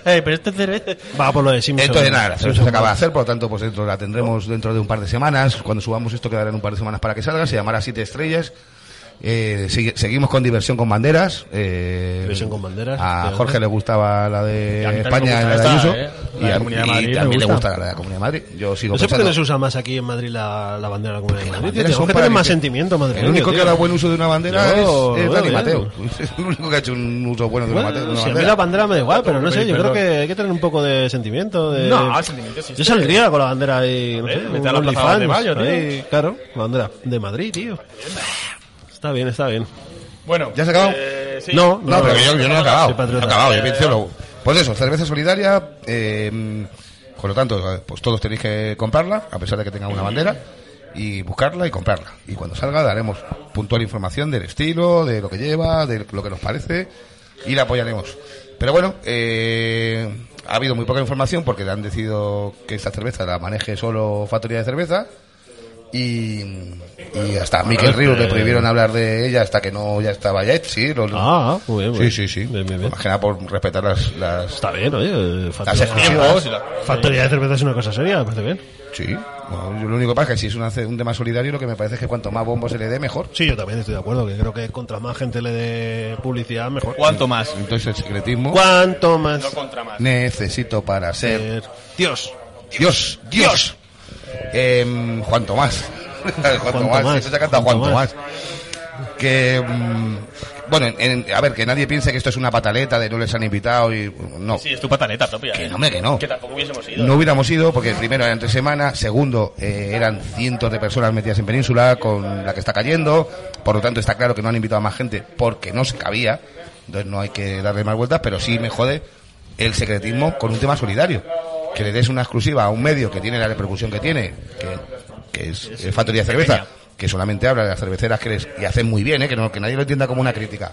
[SPEAKER 1] Eh, Pero este cerveza...
[SPEAKER 3] Va por lo de Simpson.
[SPEAKER 2] Entonces nada, la cerveza
[SPEAKER 3] Simpson
[SPEAKER 2] se acaba de hacer, por lo tanto pues dentro, la tendremos dentro de un par de semanas. Cuando subamos esto quedará en un par de semanas para que salga. Se llamará Siete Estrellas. Eh, sigue- seguimos con diversión con banderas. eh,
[SPEAKER 3] Diversión con banderas,
[SPEAKER 2] A
[SPEAKER 3] claro.
[SPEAKER 2] Jorge le gustaba la de
[SPEAKER 1] a mí también
[SPEAKER 2] España,
[SPEAKER 1] me
[SPEAKER 2] la
[SPEAKER 1] gusta
[SPEAKER 2] de
[SPEAKER 1] esta,
[SPEAKER 2] Ayuso.
[SPEAKER 1] eh.
[SPEAKER 2] Y
[SPEAKER 1] La de
[SPEAKER 2] a-
[SPEAKER 1] Comunidad de
[SPEAKER 2] y
[SPEAKER 1] Madrid me
[SPEAKER 2] también le
[SPEAKER 1] gusta.
[SPEAKER 2] gusta la de la Comunidad de Madrid. Yo sigo
[SPEAKER 3] No sé por qué
[SPEAKER 2] pensando.
[SPEAKER 3] no se usa más aquí en Madrid la, la bandera de la Comunidad de Madrid.
[SPEAKER 2] banderas
[SPEAKER 3] Tenemos
[SPEAKER 2] son
[SPEAKER 3] que tener
[SPEAKER 2] para
[SPEAKER 3] más
[SPEAKER 2] que-
[SPEAKER 3] sentimiento
[SPEAKER 2] El
[SPEAKER 3] madrileño.
[SPEAKER 2] único que
[SPEAKER 3] tío.
[SPEAKER 2] ha dado buen uso de una bandera
[SPEAKER 3] Yo-
[SPEAKER 2] es, es
[SPEAKER 3] yo
[SPEAKER 2] Dani
[SPEAKER 3] bien.
[SPEAKER 2] Mateo. Es el único que ha hecho un uso bueno de una,
[SPEAKER 3] Bueno,
[SPEAKER 2] bande- de
[SPEAKER 3] si
[SPEAKER 2] una
[SPEAKER 3] a mí la
[SPEAKER 2] bandera.
[SPEAKER 3] bandera me da igual, pero no sé, yo
[SPEAKER 1] Perdón.
[SPEAKER 3] creo que hay que tener un poco de sentimiento. De...
[SPEAKER 1] No, sentimiento sí
[SPEAKER 3] Yo saldría con la bandera ahí. No
[SPEAKER 1] Hombre,
[SPEAKER 3] sé,
[SPEAKER 1] vete a la
[SPEAKER 3] un
[SPEAKER 1] Plaza
[SPEAKER 3] OnlyFans,
[SPEAKER 1] de Mayo, tío.
[SPEAKER 3] ahí, Claro, la bandera de Madrid, tío. Está bien, está bien.
[SPEAKER 1] Bueno,
[SPEAKER 2] ¿Ya se ha acabado?
[SPEAKER 1] eh, sí.
[SPEAKER 3] No,
[SPEAKER 2] No, pero yo, yo no lo he acabado.
[SPEAKER 3] Soy
[SPEAKER 2] No he
[SPEAKER 3] patriota.
[SPEAKER 2] acabado, yo pienso lo- Pues eso, cerveza solidaria. eh, por lo tanto, eh, pues todos tenéis que comprarla, a pesar de que tenga una bandera, y buscarla y comprarla. Y cuando salga daremos puntual información del estilo, de lo que lleva, de lo que nos parece, y la apoyaremos. Pero bueno, eh, ha habido muy poca información porque han decidido que esta cerveza la maneje solo Factoría de Cerveza. Y, y hasta a Miquel Ríos le prohibieron hablar de ella hasta que no ya estaba ya sí, los-
[SPEAKER 3] Ah, muy bien. muy
[SPEAKER 2] Sí,
[SPEAKER 3] bien.
[SPEAKER 2] sí, sí.
[SPEAKER 3] Bien, bien, bien.
[SPEAKER 2] Más que nada por respetar las, las,
[SPEAKER 3] Está bien, oye. eh,
[SPEAKER 2] las
[SPEAKER 3] Factoría,
[SPEAKER 2] exclusivas.
[SPEAKER 3] factoría de cerveza es una cosa seria, me parece bien.
[SPEAKER 2] Sí. Bueno, yo lo único que pasa es que si es una ce- un tema solidario, lo que me parece es que cuanto más bombo se le dé, mejor.
[SPEAKER 3] Sí, yo también estoy de acuerdo, que creo que contra más gente le dé publicidad, mejor.
[SPEAKER 1] ¿Cuánto más?
[SPEAKER 2] Entonces el secretismo
[SPEAKER 3] ¿Cuánto más?
[SPEAKER 1] contra más.
[SPEAKER 2] necesito para ser
[SPEAKER 3] Eh, Dios.
[SPEAKER 2] Dios, Dios. Em, cuanto más. cuanto
[SPEAKER 3] Cuanto
[SPEAKER 2] más.
[SPEAKER 3] más,
[SPEAKER 2] Eso se ha cantado
[SPEAKER 3] cuanto
[SPEAKER 2] cuanto más.
[SPEAKER 3] más.
[SPEAKER 2] Que, mm, bueno, en- en- a ver, que nadie piense que esto es una pataleta de no les han invitado y no.
[SPEAKER 1] Sí, es tu pataleta propia.
[SPEAKER 2] Que
[SPEAKER 1] eh.
[SPEAKER 2] no, hombre, que no.
[SPEAKER 1] Que tampoco hubiésemos ido.
[SPEAKER 2] No hubiéramos ido porque primero eran tres semanas, segundo eh, eran cientos de personas metidas en península con la que está cayendo, por lo tanto está claro que no han invitado a más gente porque no se cabía, entonces no hay que darle más vueltas, pero sí me jode el secretismo con un tema solidario. que le des una exclusiva a un medio que tiene la repercusión que tiene, que, que es el Factory de Cerveza, que solamente habla de las cerveceras que les, y hacen muy bien, ¿eh? que, no, que nadie lo entienda como una crítica.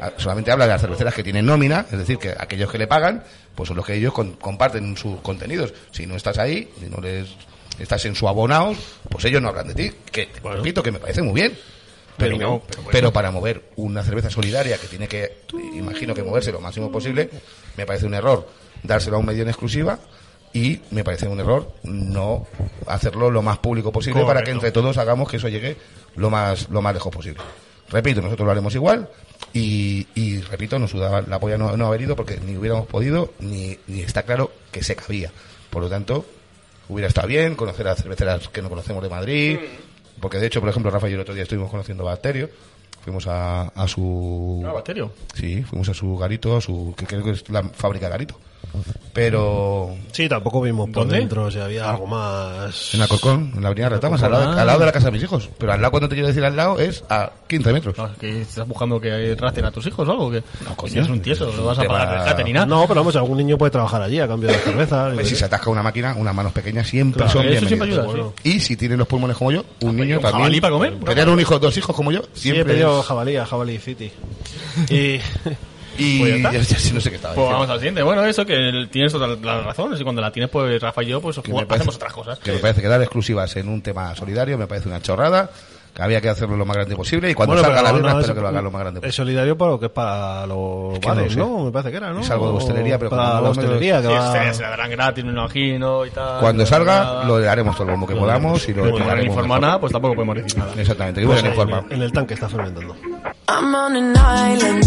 [SPEAKER 2] Ah, Solamente habla de las cerveceras que tienen nómina, es decir, que aquellos que le pagan, pues son los que ellos con- comparten sus contenidos. Si no estás ahí, si no les estás en su abonado, pues ellos no hablan de ti. Que, te repito, que me parece muy bien. Pero,
[SPEAKER 1] Pero no, pero bueno.
[SPEAKER 2] pero para mover una cerveza solidaria que tiene que, imagino que moverse lo máximo posible, me parece un error dárselo a un medio en exclusiva y me parece un error no hacerlo lo más público posible para que
[SPEAKER 1] Correcto.
[SPEAKER 2] entre todos hagamos que eso llegue lo más, lo más lejos posible. Repito, nosotros lo haremos igual y, y repito, nos sudaba la polla no, no haber ido porque ni hubiéramos podido ni, ni está claro que se cabía. Por lo tanto, hubiera estado bien conocer a cerveceras que no conocemos de Madrid, porque de hecho, por ejemplo, Rafa y yo el otro día estuvimos conociendo a Bacterio, fuimos a, a su...
[SPEAKER 1] Bacterio.
[SPEAKER 2] Sí, fuimos a su garito, a su, que creo que es la fábrica garito. Pero
[SPEAKER 3] Sí, tampoco vimos por
[SPEAKER 1] ¿Dónde?
[SPEAKER 3] dentro si había algo más.
[SPEAKER 2] En Alcorcón, en la avenida Retamas, al, lado de-
[SPEAKER 1] Ah.
[SPEAKER 2] al lado de la casa de mis hijos. Pero al lado, cuando te quiero decir al lado, es a 15 metros.
[SPEAKER 1] No, es que estás buscando que rasten a tus hijos o algo. Que
[SPEAKER 2] No, coño.
[SPEAKER 1] si eres un tieso, no vas a
[SPEAKER 2] Te
[SPEAKER 1] pagar
[SPEAKER 2] va-
[SPEAKER 1] el cate ni nada.
[SPEAKER 3] No, pero vamos, algún niño puede trabajar allí a cambio de cerveza. yo qué
[SPEAKER 2] Pues si
[SPEAKER 3] sé.
[SPEAKER 2] se atasca una máquina, unas manos pequeñas siempre
[SPEAKER 1] Claro,
[SPEAKER 2] son
[SPEAKER 1] eso siempre
[SPEAKER 2] bienvenidas.
[SPEAKER 1] ayuda,
[SPEAKER 2] Y si tienen los pulmones como yo, un niño
[SPEAKER 1] un
[SPEAKER 2] también.
[SPEAKER 1] jabalí para comer.
[SPEAKER 2] Tener un hijo, dos hijos como yo,
[SPEAKER 3] Sí, he
[SPEAKER 2] siempre.
[SPEAKER 3] pedido jabalí a Jabalí City. Y.
[SPEAKER 2] Y
[SPEAKER 1] Pues ya está.
[SPEAKER 2] ya- ya no sé qué estaba
[SPEAKER 1] Pues vamos
[SPEAKER 2] diciendo.
[SPEAKER 1] al siguiente. Bueno, eso que el- tienes toda la razón. Y cuando la tienes, pues Rafa y yo, pues
[SPEAKER 2] Que
[SPEAKER 1] jugamos-
[SPEAKER 2] me parece-
[SPEAKER 1] hacemos otras cosas.
[SPEAKER 2] Que me parece que dar exclusivas en un tema solidario me parece una chorrada. Que había que hacerlo lo más grande posible. Y cuando
[SPEAKER 3] Bueno,
[SPEAKER 2] salga
[SPEAKER 3] pero
[SPEAKER 2] la luna,
[SPEAKER 3] no,
[SPEAKER 2] espero
[SPEAKER 3] es-
[SPEAKER 2] que lo haga lo más grande
[SPEAKER 3] Es
[SPEAKER 2] posible.
[SPEAKER 3] solidario para lo que es para los
[SPEAKER 2] que no
[SPEAKER 3] bares,
[SPEAKER 2] lo
[SPEAKER 3] no,
[SPEAKER 2] sé.
[SPEAKER 3] Me parece que era, ¿no?
[SPEAKER 2] Es algo de hostelería, pero
[SPEAKER 3] Para
[SPEAKER 2] cuando
[SPEAKER 3] la
[SPEAKER 2] no me lo-
[SPEAKER 3] hostelería, que
[SPEAKER 1] Sí,
[SPEAKER 3] va-
[SPEAKER 1] se, se la darán gratis, me imagino, y tal.
[SPEAKER 2] Cuando
[SPEAKER 1] y
[SPEAKER 2] salga,
[SPEAKER 1] tal.
[SPEAKER 2] lo haremos todo lo que podamos y
[SPEAKER 1] Pero
[SPEAKER 2] lo
[SPEAKER 1] como no
[SPEAKER 2] explicaremos
[SPEAKER 1] informa
[SPEAKER 2] mejor.
[SPEAKER 1] nada, pues tampoco podemos decir nada.
[SPEAKER 2] Exactamente, que
[SPEAKER 3] Pues
[SPEAKER 2] vayan
[SPEAKER 3] ahí,
[SPEAKER 2] informados.
[SPEAKER 3] en el tanque está fermentando.
[SPEAKER 5] I'm on an island.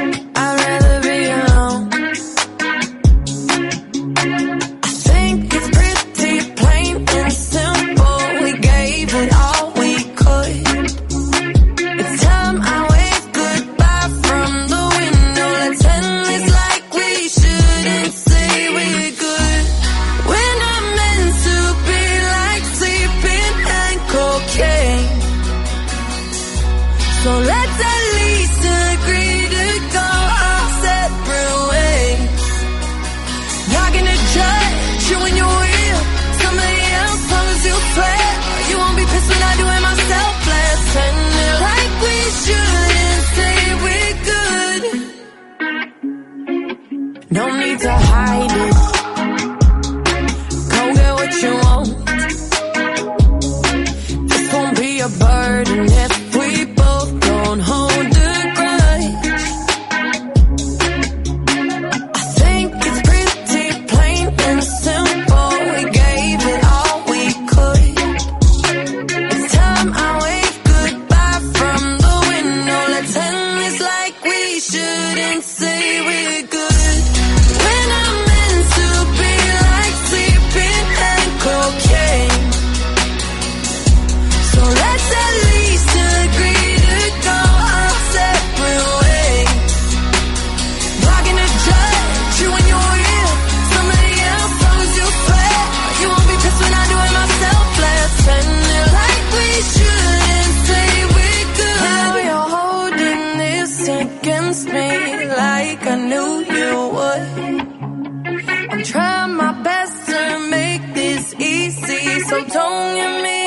[SPEAKER 5] I'd rather be alone. I think it's pretty plain and simple. We gave it all we could. It's time I wave goodbye from the window. Let's end this like we shouldn't say we're good. We're not meant to be like sleeping and cocaine. So let's at least agree to go our separate ways. Y'all gonna judge you and your will. Somebody else knows you fail. You won't be pissed when I do it myself. Let's end it like we shouldn't say we're good. No need to hide it. Go get what you want. This won't be a burden if we both don't hold a grudge. I think it's pretty plain and simple. We gave it all we could. It's time I wave goodbye from the window. Let's end this like we shouldn't say we're good. We're not meant to be like sleeping and cocaine. So let's at least agree to go our separate ways. Y'all gonna judge you and your will. Somebody else knows you fail. You won't be pissed when I do it myself. Let's end it like we should and say we're good. Now you're holding this against me like I knew you would. I'm trying my best to make this easy, so don't give me